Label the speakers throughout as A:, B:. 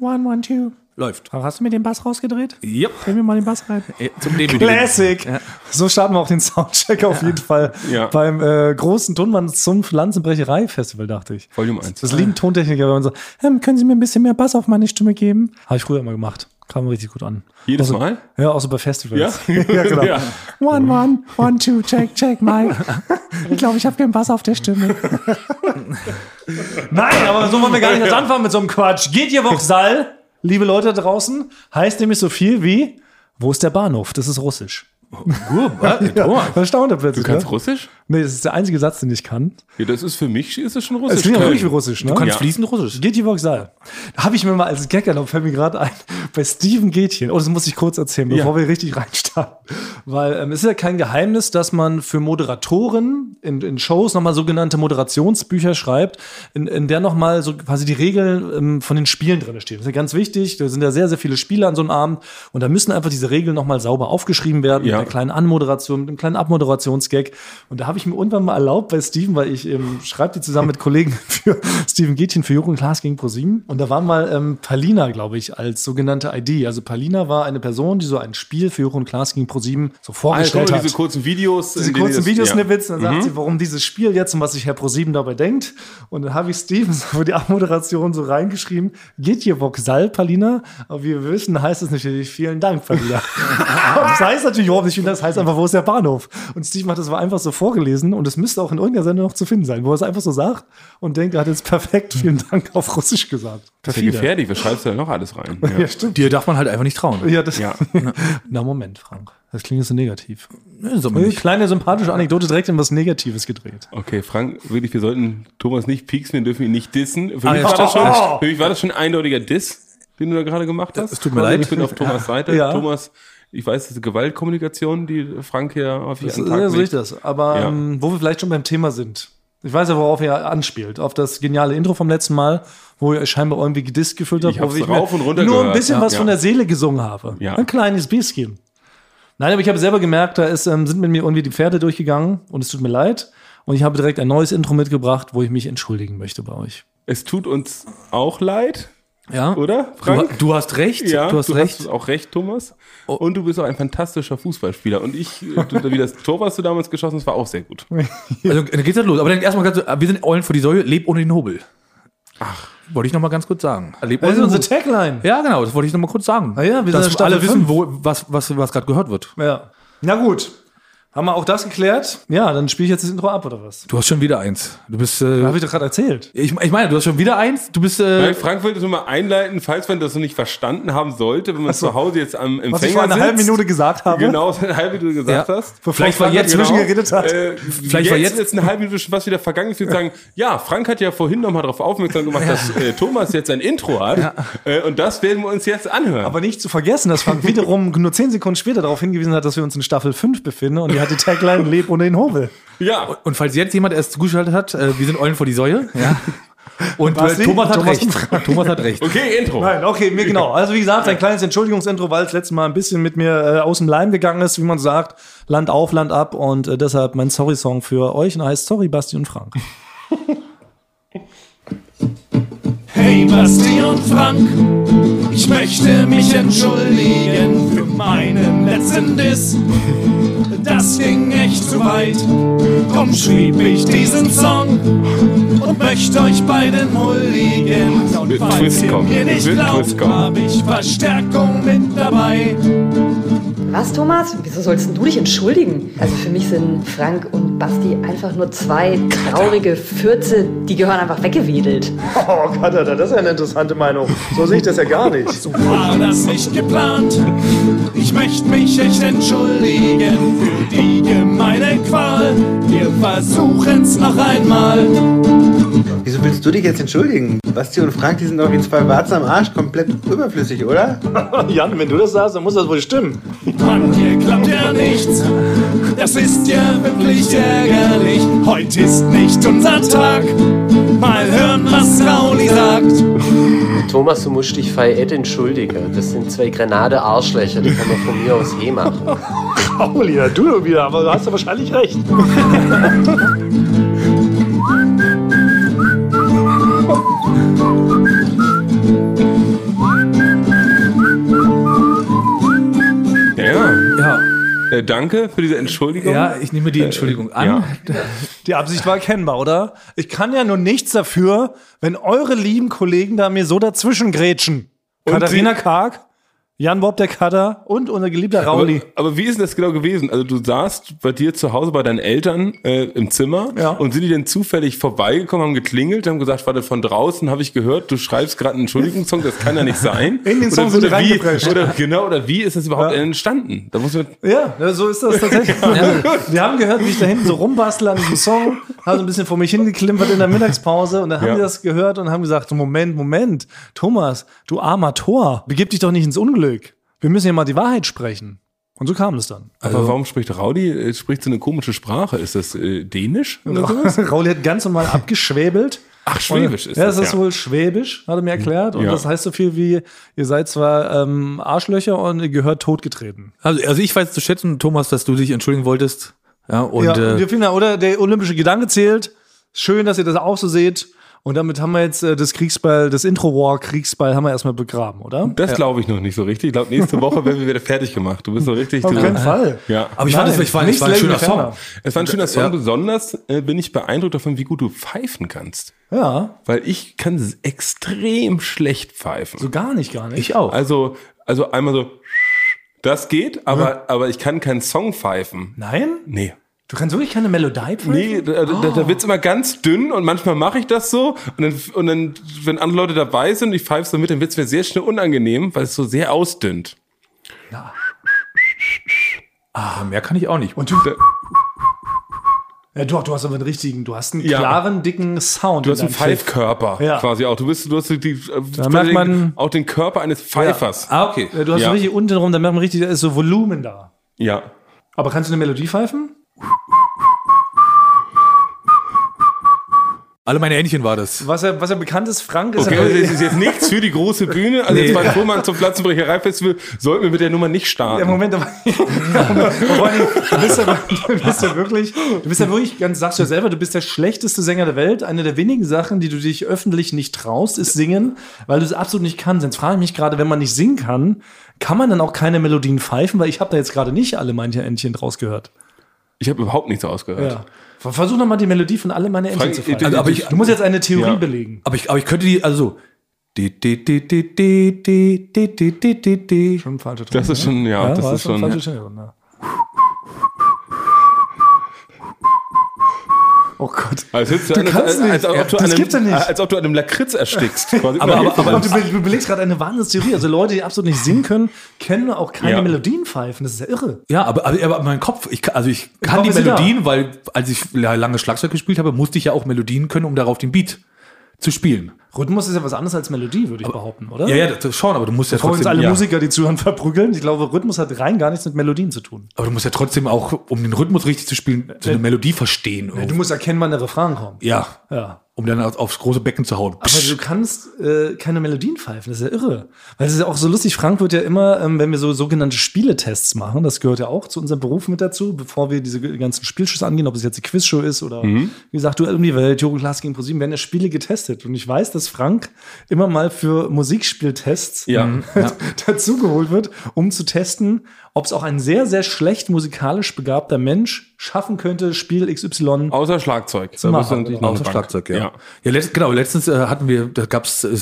A: one, one, two.
B: Läuft.
A: Hast du mir den Bass rausgedreht?
B: Yep.
A: Drehen wir mal den Bass rein.
B: Äh, Zum Debüt.
A: Classic. So starten wir auch den Soundcheck auf jeden Fall.
B: Ja.
A: Beim äh, großen Tonmann zum Pflanzenbrecherei-Festival, dachte ich.
B: Volume 1.
A: Das lieben Tontechniker, wenn man so, ähm, können Sie mir ein bisschen mehr Bass auf meine Stimme geben? Habe ich früher immer gemacht. Kam richtig gut an.
B: Jedes
A: Außer-
B: Mal?
A: Ja, außer bei Festivals.
B: Ja?
A: genau.
B: Ja.
A: One, one, one, two, check, check, Mike. Ich glaube, ich habe keinen Bass auf der Stimme. Nein, aber so wollen wir gar nicht erst anfangen mit so einem Quatsch. Geht ihr Voxal, liebe Leute da draußen, heißt nämlich so viel wie, wo ist der Bahnhof? Das ist Russisch.
B: Oh, Thomas,
A: Da staunt er
B: du
A: plötzlich.
B: kannst
A: ne?
B: Russisch?
A: Nee, das ist der einzige Satz, den ich kann.
B: Ja, das ist für mich, ist das schon Russisch. Äh,
A: Es klingt ja
B: Köln.
A: wirklich wie Russisch, ne?
C: Du kannst
B: Ja.
C: fließend Russisch.
A: Getje Voxal. Da habe ich mir mal als Gag erlaubt, fällt mir gerade ein, bei Steven Gätchen. Oh, das muss ich kurz erzählen, bevor wir richtig reinstarten. Weil ähm, es ist ja kein Geheimnis, dass man für Moderatoren in, in Shows nochmal sogenannte Moderationsbücher schreibt, in, in der nochmal so quasi die Regeln ähm, von den Spielen drin stehen. Das ist ja ganz wichtig. Da sind ja sehr, sehr viele Spiele an so einem Abend und da müssen einfach diese Regeln nochmal sauber aufgeschrieben werden
B: Ja.
A: mit einer kleinen Anmoderation, mit einem kleinen Abmoderationsgag. Und da habe ich mir irgendwann mal erlaubt bei Steven, weil ich ähm, schreibe die zusammen mit Kollegen für Steven Gätchen für Joko und Klaas gegen ProSieben. Und da war mal ähm, Palina, glaube ich, als sogenannte ID. Also Palina war eine Person, die so ein Spiel für Joko und Klaas gegen ProSieben so
B: Ah, schau
A: vorgestellt
B: mal
A: hat.
B: diese kurzen Videos.
A: Diese kurzen Videosnippets, dann sagt sie, warum dieses Spiel jetzt und was sich Herr ProSieben dabei denkt. Und dann habe ich Steven so für die Abmoderation so reingeschrieben, geht hier Voxal, Palina? Aber wie wir wissen, heißt es natürlich, vielen Dank, Palina. Aber das heißt natürlich überhaupt nicht, vielen Dank, das heißt einfach, wo ist der Bahnhof? Und Steven hat das mal einfach so vorgelesen und es müsste auch in irgendeiner Sendung noch zu finden sein, wo er es einfach so sagt und denkt, er hat jetzt perfekt, vielen Dank auf Russisch gesagt.
B: Das ist ja gefährlich, was schreibst du da noch alles rein?
A: Ja, stimmt.
C: Dir darf man halt einfach nicht trauen.
A: Ja, das,
B: Ja.
A: Na Moment, Frank. Das klingt jetzt so negativ.
C: Nee, ist aber
A: Eine
C: nicht.
A: kleine sympathische Anekdote direkt in was Negatives gedreht.
B: Okay, Frank, wirklich, wir sollten Thomas nicht pieksen, wir dürfen ihn nicht dissen. Für,
C: Ah,
B: mich,
C: ja,
B: war das schon,
C: stimmt.
A: Oh.
B: für mich war das schon ein eindeutiger Diss, den du da gerade gemacht hast.
C: Es tut mir leid.
B: Ich bin auf Thomas Seite.
A: Ja.
B: Thomas, ich weiß, das ist Gewaltkommunikation, die Frank hier häufig
A: Das
B: an
A: ist
B: den Tag
A: ja, so
B: legt.
A: ich das. Aber
B: Ja.
A: ähm, wo wir vielleicht schon beim Thema sind. Ich weiß ja, worauf ihr anspielt. Auf das geniale Intro vom letzten Mal, wo ihr scheinbar irgendwie gedisst gefüllt habt.
B: Ich
A: wo
B: hab's
A: mir
B: rauf und runter
A: Nur ein
B: gehört.
A: bisschen
B: Ja.
A: was
B: Ja.
A: von der Seele gesungen habe.
B: Ja.
A: Ein kleines bisschen. Nein, aber ich habe selber gemerkt, da ist, ähm, sind mit mir irgendwie die Pferde durchgegangen und es tut mir leid. Und ich habe direkt ein neues Intro mitgebracht, wo ich mich entschuldigen möchte bei euch.
B: Es tut uns auch leid,
C: Ja.
B: oder,
C: Du,
B: Frank?
C: du hast recht.
B: ja,
C: du hast recht.
B: auch recht, Thomas.
A: Oh.
B: Und du bist auch ein fantastischer Fußballspieler. Und ich, äh, du, wie das Tor, was du damals geschossen hast, war auch sehr gut.
C: Also, dann geht's halt los. Aber dann erstmal ganz, wir sind Eulen vor die Säule, leb ohne den Hobel. Ach. Wollte ich nochmal ganz kurz sagen. Leb
A: Das ist
C: den
A: unsere
C: Hobel.
A: Tagline.
C: Ja, genau, das wollte ich nochmal kurz sagen.
A: ja, wir sind
C: dass
A: in Staffel
C: alle wissen,
A: fünf.
C: wo, was, was, was gerade gehört wird.
A: Ja. Na gut. Haben wir auch das geklärt? Ja, dann spiele ich jetzt das Intro ab oder was?
C: Du hast schon wieder eins. Du bist. Äh,
A: Habe ich doch gerade erzählt.
C: ich, ich meine, du hast schon wieder eins. Du bist.
B: Weil
C: Äh,
B: Frank wollte es nur mal einleiten, falls man das noch nicht verstanden haben sollte, wenn man
A: so.
B: zu Hause jetzt am Empfänger
A: Was ich vor einer halben
B: sitzt.
A: Minute gesagt habe.
B: Genau, so eine halbe Minute gesagt
C: Ja.
B: hast.
A: Bevor
C: Vielleicht war
A: Frank
C: jetzt
A: dazwischen
C: genau.
A: geredet hat.
B: Äh,
C: Vielleicht
B: jetzt,
C: war
B: jetzt
C: jetzt-
B: ist eine halbe Minute schon was wieder vergangen ist. Ich würde sagen, ja, Frank hat ja vorhin nochmal darauf aufmerksam gemacht, dass äh, Thomas jetzt ein Intro hat. Äh, und das werden wir uns jetzt anhören.
A: Aber nicht zu vergessen, dass Frank wiederum nur zehn Sekunden später darauf hingewiesen hat, dass wir uns in Staffel 5 befinden und die hat die Tagline Leb ohne den Hobel.
B: ja,
C: und falls jetzt jemand erst zugeschaltet hat, äh, wir sind Eulen vor die Säule. Ja. Und
A: Was
C: äh, Thomas hat
A: Thomas und
C: recht. Thomas hat recht.
B: okay, Intro.
A: Nein, okay, mir genau. Also wie gesagt, ein kleines Entschuldigungsintro, weil es letztes Mal ein bisschen mit mir äh, aus dem Leim gegangen ist, wie man sagt, Land auf, Land ab und äh, deshalb mein Sorry-Song für euch und er heißt Sorry, Basti und Frank.
D: Hey Basti und Frank, ich möchte mich entschuldigen für meinen letzten Diss. Das ging echt zu weit. Komm, schrieb ich diesen Song und möchte euch beiden huldigen. Und
B: Wird ein Twist
D: falls ihr
B: kommen.
D: mir nicht
B: Wird ein Twist
D: glaubt,
B: kommen.
D: habe ich Verstärkung mit dabei.
E: Was, Thomas? Wieso sollst denn du dich entschuldigen? Also für mich sind Frank und Basti einfach nur zwei traurige Fürze, die gehören einfach weggewedelt.
F: Oh Gott, Alter, das ist ja eine interessante Meinung. So sehe ich das ja gar nicht.
D: War das nicht geplant? Ich möchte mich echt entschuldigen für die gemeine Qual. Wir versuchen's noch einmal.
G: Wieso willst du dich jetzt entschuldigen? Basti und Frank, die sind doch wie zwei Warzen am Arsch, komplett überflüssig, oder?
F: Jan, wenn du das sagst, dann muss das wohl stimmen.
D: Mann, hier klappt ja nichts. Das ist ja wirklich ärgerlich. Heute ist nicht unser Tag. Mal hören, was Rauli sagt.
H: Thomas, du musst dich bei Ed entschuldigen. Das sind zwei Granate-Arschlöcher, die kann man von mir aus eh machen.
F: Pauli, ja, du doch wieder, aber du hast ja wahrscheinlich recht.
B: Äh, danke für diese Entschuldigung.
C: Ja, ich nehme die Entschuldigung an.
A: Die Absicht war erkennbar, oder? Ich kann ja nur nichts dafür, wenn eure lieben Kollegen da mir so dazwischen grätschen. Katharina Karg, Jan Bob der Kader und unser geliebter
B: Aber,
A: Rauli.
B: aber wie ist denn das genau gewesen? Also du saßt bei dir zu Hause bei deinen Eltern äh, im Zimmer
A: Ja.
B: und sind die denn zufällig vorbeigekommen, haben geklingelt, haben gesagt, warte, von draußen habe ich gehört, du schreibst gerade einen Entschuldigungssong, das kann ja nicht sein.
A: In den Song
B: oder,
A: sind die
B: oder wie,
A: reingeprescht.
B: oder genau, oder wie ist das überhaupt entstanden? Da muss man,
A: Ja, ja, so ist das tatsächlich. Wir haben gehört, wie ich da hinten so rumbastle an diesem Song, habe so ein bisschen vor mich hingeklimpert in der Mittagspause und dann haben
B: Ja.
A: die das gehört und haben gesagt, so, Moment, Moment, Thomas, du armer Tor, begib dich doch nicht ins Unglück. Wir müssen hier mal die Wahrheit sprechen. Und so kam es dann.
B: aber warum spricht Raudi, äh, spricht so eine komische Sprache? Ist das äh, Dänisch? Oder so?
A: Rauli hat ganz normal abgeschwäbelt.
B: Ach, Schwäbisch
A: Und,
B: ist
A: ja,
B: das,
A: das ist
B: ja.
A: wohl Schwäbisch, hat er mir erklärt. Und
B: Ja.
A: das heißt so viel wie, ihr seid zwar ähm, Arschlöcher und ihr gehört totgetreten.
C: Also, also ich weiß zu schätzen, Thomas, dass du dich entschuldigen wolltest. Ja, und
A: ja,
C: äh,
A: wir finden, oder der olympische Gedanke zählt. Schön, dass ihr das auch so seht. Und damit haben wir jetzt äh, das Kriegsball, das Intro-War-Kriegsball haben wir erstmal begraben, oder?
B: Das glaube ich noch nicht so richtig. Ich glaube, nächste Woche werden wir wieder fertig gemacht. Du bist so richtig. du-
A: Fall.
B: Ja.
C: aber ich fand
A: Nein,
C: es ich war, es
A: nicht
C: war ein schöner
A: länger ferner.
C: Song.
B: Es war ein schöner Song.
C: Ja.
B: Besonders äh, bin ich beeindruckt davon, wie gut du pfeifen kannst.
A: Ja,
B: Weil ich kann s- extrem schlecht pfeifen.
A: so gar nicht, gar nicht.
C: Ich auch.
B: Also, also einmal so, das geht, aber, aber ich kann keinen Song pfeifen.
A: Nein?
B: Nee.
A: Du kannst wirklich keine Melodie pfeifen?
B: Nee, da, da,
A: Oh.
B: da wird's immer ganz dünn und manchmal mache ich das so und dann, und dann, wenn andere Leute dabei sind und ich pfeife so mit, dann wird's mir sehr schnell unangenehm, weil es so sehr ausdünnt.
C: Ah, mehr kann ich auch nicht. Und
B: Da,
A: Ja, doch, du hast aber einen richtigen, du hast einen
B: Ja.
A: klaren, dicken Sound.
B: Du hast einen
A: Pfeif.
B: Pfeifkörper
A: Ja.
B: quasi auch. Du bist, du hast die, äh, quasi
A: merkt
B: den-
A: man-
B: auch den Körper eines Pfeifers.
C: ah, okay.
A: Du hast
B: Ja.
A: richtig unten rum, da merkt man richtig, da ist so Volumen da.
B: Ja.
A: Aber kannst du eine Melodie pfeifen?
C: Alle meine Händchen war das.
A: Was ja, was ja bekannt ist, Frank ist
B: Okay,
A: ja
B: also das ist jetzt nichts für die große Bühne. Also jetzt beim Fuhrmann zum Platzenbrecherei-Festival sollten wir mit der Nummer nicht
A: Ja,
B: starten.
A: Moment, aber vor allem, du, bist ja, du bist ja wirklich, du bist ja wirklich, ganz sagst du ja selber, du bist der schlechteste Sänger der Welt. Eine der wenigen Sachen, die du dich öffentlich nicht traust, ist singen, weil du es absolut nicht kannst. Jetzt frage ich mich gerade, wenn man nicht singen kann, kann man dann auch keine Melodien pfeifen, weil ich habe da jetzt gerade nicht alle meine Entchen draus gehört.
B: ich habe überhaupt nichts ausgehört.
A: Ja. Versuch nochmal die Melodie von alle meine Entchen
B: Frank,
A: zu pfeifen.
B: also,
C: aber ich-
A: du musst jetzt eine Theorie
B: Ja.
A: belegen.
C: Aber ich, aber ich könnte die, also so. Di, di, di, di, di, di, di, di, di, di, di.
A: Schon falsche Ton,
B: Das ist schon, ja,
A: ja,
B: das ist schon.
A: falsche Ton, ja. Oh Gott.
B: Als, hättest du
A: Du
B: als,
A: kannst
B: als, als,
A: nicht.
B: ob du
A: Das
B: einem,
A: gibt's ja nicht.
B: als ob du an einem Lakritz erstickst. Quasi.
C: Aber- aber- aber-
A: Und du be- du belegst gerade eine Wahnsinnstheorie. Also Leute, die absolut nicht singen können, können auch keine
B: Ja.
A: Melodien pfeifen. Das ist ja irre.
C: Ja, aber, aber, aber mein Kopf, ich, kann- also ich
A: Kopf
C: kann die
A: ist wieder.
C: Melodien, weil als ich la- lange Schlagzeug gespielt habe, musste ich ja auch Melodien können, um darauf den Beat zu spielen.
A: Rhythmus ist ja was anderes als Melodie, würde ich behaupten, oder?
C: Ja, ja, das- das schon, aber du musst ja
A: Bevor uns
C: trotzdem,
A: alle
C: ja,
A: Musiker, die zuhören, verprügeln. Ich glaube, Rhythmus hat rein gar nichts mit Melodien zu tun.
C: aber du musst ja trotzdem auch, um den Rhythmus richtig zu spielen, so eine Melodie verstehen.
A: Du
C: irgendwie.
A: musst erkennen, wann der Refrain kommt.
C: ja,
A: Ja.
C: um dann auf- aufs große Becken zu hauen.
A: Aber du kannst äh, keine Melodien pfeifen, das ist ja irre. Weil es ist ja auch so lustig, Frank wird ja immer, ähm, wenn wir so sogenannte Spieletests machen, das gehört ja auch zu unserem Beruf mit dazu, bevor wir diese ganzen Spielshows angehen, ob es jetzt die Quizshow ist oder
B: Mhm.
A: wie gesagt, Duell um die Welt, Joko Klaas gegen ProSieben, werden ja Spiele getestet. Und ich weiß, dass Frank immer mal für Musikspieltests
B: ja.
A: dazugeholt wird, um zu testen, ob es auch ein sehr, sehr schlecht musikalisch begabter Mensch schaffen könnte, Spiel XY.
B: Außer Schlagzeug. Da
A: machen,
B: bist du natürlich noch
C: Außer
B: eine Bank.
C: Schlagzeug, ja. ja. letzt, genau, letztens äh, hatten wir, da gab es äh,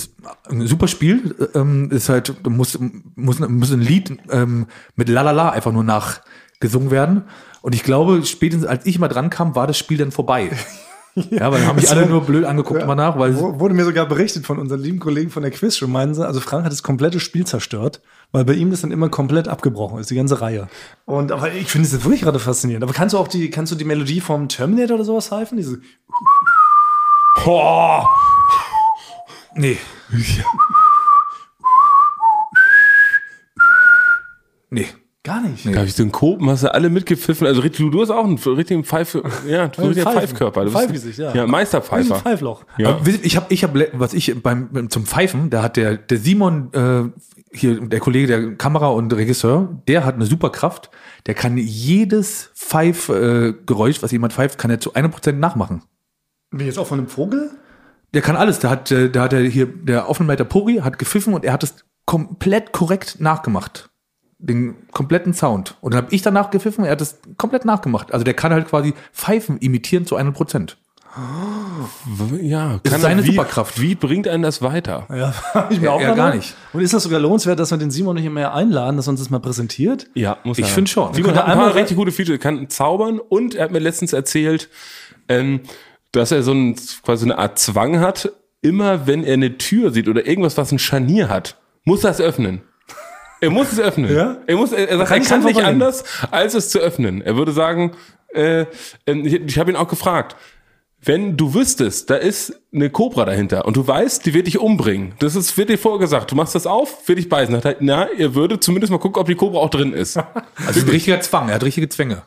C: ein super Spiel, äh, ähm, ist halt, da muss, muss, muss ein Lied ähm, mit Lalala einfach nur nachgesungen werden. Und ich glaube, spätestens als ich mal dran kam, war das Spiel dann vorbei. ja, weil dann haben mich alle nur blöd angeguckt immer nach, weil
A: Wo- Wurde mir sogar berichtet von unseren lieben Kollegen von der Quizshow, meinen sie, also Frank hat das komplette Spiel zerstört, weil bei ihm das dann immer komplett abgebrochen ist, die ganze Reihe. Und aber ich finde es jetzt wirklich gerade faszinierend. Aber kannst du auch die, kannst du die Melodie vom Terminator oder sowas pfeifen? Diese,
B: Oh,
C: nee. nee.
A: gar nicht.
B: da habe ich so einen Kopen, hast du alle mitgepfiffen. Also richtig, du, du hast auch einen richtigen Pfeif, ja, du bist ja
A: Pfeifen.
B: Pfeifkörper. Du
A: Pfeifgesicht,
B: bist,
A: ja.
B: ja,
A: Ein
B: Meisterpfeifer.
A: Pfeifloch.
B: Ja.
C: Aber wisst ihr, ich habe, ich hab, le- was ich beim, beim zum Pfeifen, da hat der, der Simon äh, hier, der Kollege der Kamera und Regisseur, der hat eine super Kraft. Der kann jedes Pfeifgeräusch, äh, Geräusch, was jemand pfeift, kann er zu 1% nachmachen.
A: Wie jetzt auch von einem Vogel?
C: Der kann alles. Da hat, äh, da hat er hier der Offenleiter Pori hat gepfiffen und er hat es komplett korrekt nachgemacht. den kompletten Sound. Und dann habe ich danach gepfiffen, er hat das komplett nachgemacht. Also der kann halt quasi Pfeifen imitieren zu 100 Prozent.
B: Ja,
C: Ist
B: kann
C: seine
B: wie,
C: Superkraft.
B: Wie bringt einen das weiter?
A: Ja, hab ich mir
C: Ja,
A: auch
C: ja,
A: mal
C: gar
A: gedacht.
C: nicht.
A: Und ist das sogar lohnenswert, dass wir den Simon nicht mehr einladen, dass er uns das mal präsentiert?
B: Ja, muss
C: Ich
B: er.
C: find schon.
B: Simon hat ein
A: Einmal
B: paar richtig gute Features. Er kann zaubern und er hat mir letztens erzählt, ähm, dass er so ein, quasi eine Art Zwang hat. Immer wenn er eine Tür sieht oder irgendwas, was ein Scharnier hat, muss er es öffnen. Er muss es öffnen.
A: Ja?
B: Er, muss, er, er sagt,
A: Kann
B: er
A: ich's
B: kann
A: einfach
B: nicht
A: machen?
B: anders, als es zu öffnen. Er würde sagen, äh, ähm, ich, ich habe ihn auch gefragt, wenn du wüsstest, da ist eine Cobra dahinter und du weißt, die wird dich umbringen. Das ist, wird dir vorgesagt. Du machst das auf, wird dich beißen. Hat halt, na, ihr würdet zumindest mal gucken, ob die Cobra auch drin ist.
C: Also ein richtiger Zwang, er hat richtige Zwänge.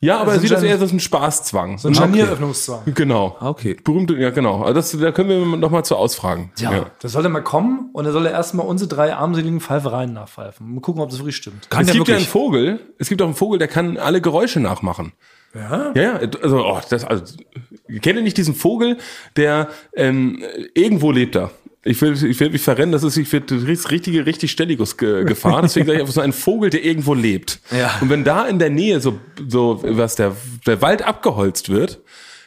B: Ja, aber
A: Also
B: er sieht
A: so
B: das
A: ein-
B: eher so als einen Spaßzwang.
A: So ein Scharnieröffnungszwang.
B: Genau.
C: Ah, okay.
B: Berühmte, ja, genau. Also das, da können wir nochmal zu ausfragen.
A: Ja, das soll er mal kommen und er soll er erstmal unsere drei armseligen Pfeifereien nachpfeifen. Mal gucken, ob das wirklich stimmt.
C: Kann
B: es
C: der
B: gibt ja einen
C: wirklich.
B: Vogel, es gibt auch einen Vogel, der kann alle Geräusche nachmachen. Ja? Ja, also, oh, das, also kennt ihr nicht diesen Vogel, der ähm, irgendwo lebt da? Ich will, ich will mich verrennen, das ist, ich will das ist richtige, richtig Stelligus ge- Gefahr. Deswegen sage ich einfach so ein Vogel, der irgendwo lebt.
C: Ja.
B: Und wenn da in der Nähe so, so was der, der Wald abgeholzt wird,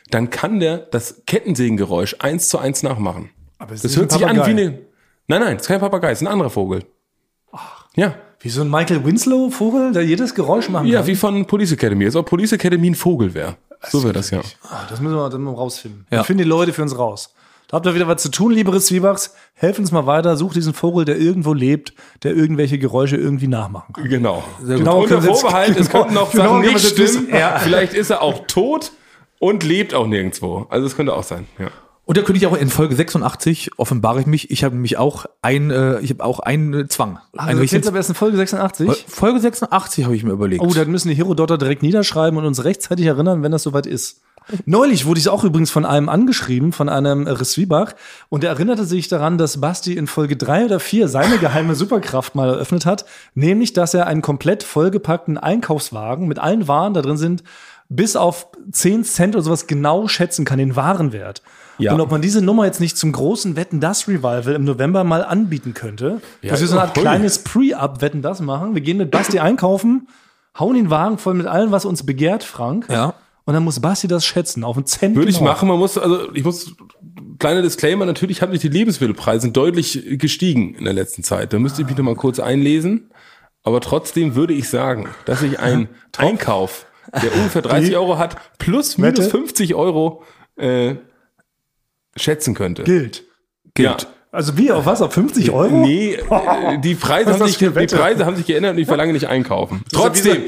B: dann kann der das Kettensägengeräusch eins zu eins nachmachen.
A: Aber es
B: Das
A: ist
B: hört
A: ein
B: sich an wie
A: Papagei.
B: eine. Nein, nein, es ist kein Papagei, es ist ein anderer Vogel. Ja.
A: Wie so ein Michael Winslow-Vogel, der jedes Geräusch machen
B: Ja,
A: kann.
B: wie von Police Academy. Als ob Police Academy ein Vogel wäre. So wäre das ja.
A: Ah, Das müssen wir dann mal rausfinden.
C: Ja.
A: Wir finden die Leute für uns raus. Da habt ihr wieder was zu tun, liebere Zwiebachs. Helft uns mal weiter. Sucht diesen Vogel, der irgendwo lebt, der irgendwelche Geräusche irgendwie nachmachen kann.
B: Genau.
A: Genau,
B: Unter
A: können wir jetzt-
B: Vorbehalt, es
A: genau,
B: konnten noch
A: genau,
B: Sachen
A: können
B: nicht
A: wir jetzt
B: stimmen.
A: wissen. Ja.
B: Vielleicht ist er auch tot und lebt auch nirgendwo. Also das könnte auch sein. Ja.
C: Und da könnte ich auch in Folge 86 offenbare ich mich, ich habe mich auch ein, äh, ich habe auch einen äh, Zwang. einen
A: Also, das
C: richtigen
A: jetzt aber erst in Folge 86.
C: Zwang. Folge 86 habe ich mir überlegt.
A: Oh, dann müssen die Herodotter direkt niederschreiben und uns rechtzeitig erinnern, wenn das soweit ist. Neulich wurde ich auch übrigens von einem angeschrieben, von einem Reswiebach, und er erinnerte sich daran, dass Basti in Folge 3 oder 4 seine geheime Superkraft mal eröffnet hat, nämlich, dass er einen komplett vollgepackten Einkaufswagen mit allen Waren da drin sind, bis auf 10 Cent oder sowas genau schätzen kann, den Warenwert.
B: Ja.
A: Und ob man diese Nummer jetzt nicht zum großen Wetten das Revival im November mal anbieten könnte, dass wir so eine Art
B: oh,
A: kleines Pre-Up Wetten das machen. Wir gehen mit Basti einkaufen, hauen den Wagen voll mit allem, was uns begehrt, Frank.
C: Ja.
A: Und dann muss Basti das schätzen, auf einen Cent.
B: Würde ich
A: genau.
B: machen, man muss, also ich muss, kleiner Disclaimer, natürlich haben sich die Lebensmittelpreise deutlich gestiegen in der letzten Zeit. Da müsste ich mich noch mal kurz einlesen. Aber trotzdem würde ich sagen, dass ich einen Einkauf, der ungefähr 30 Euro hat, plus minus
A: Wette?
B: 50 Euro äh, schätzen könnte.
A: Gilt.
B: Gilt. Ja.
A: Also wie, auf was? Auf 50 Euro?
B: Nee, äh, die Preise,
A: Was
B: haben
A: ist das für
B: sich, die
A: eine Wette?
B: Preise haben sich geändert und ich verlange nicht einkaufen. Trotzdem,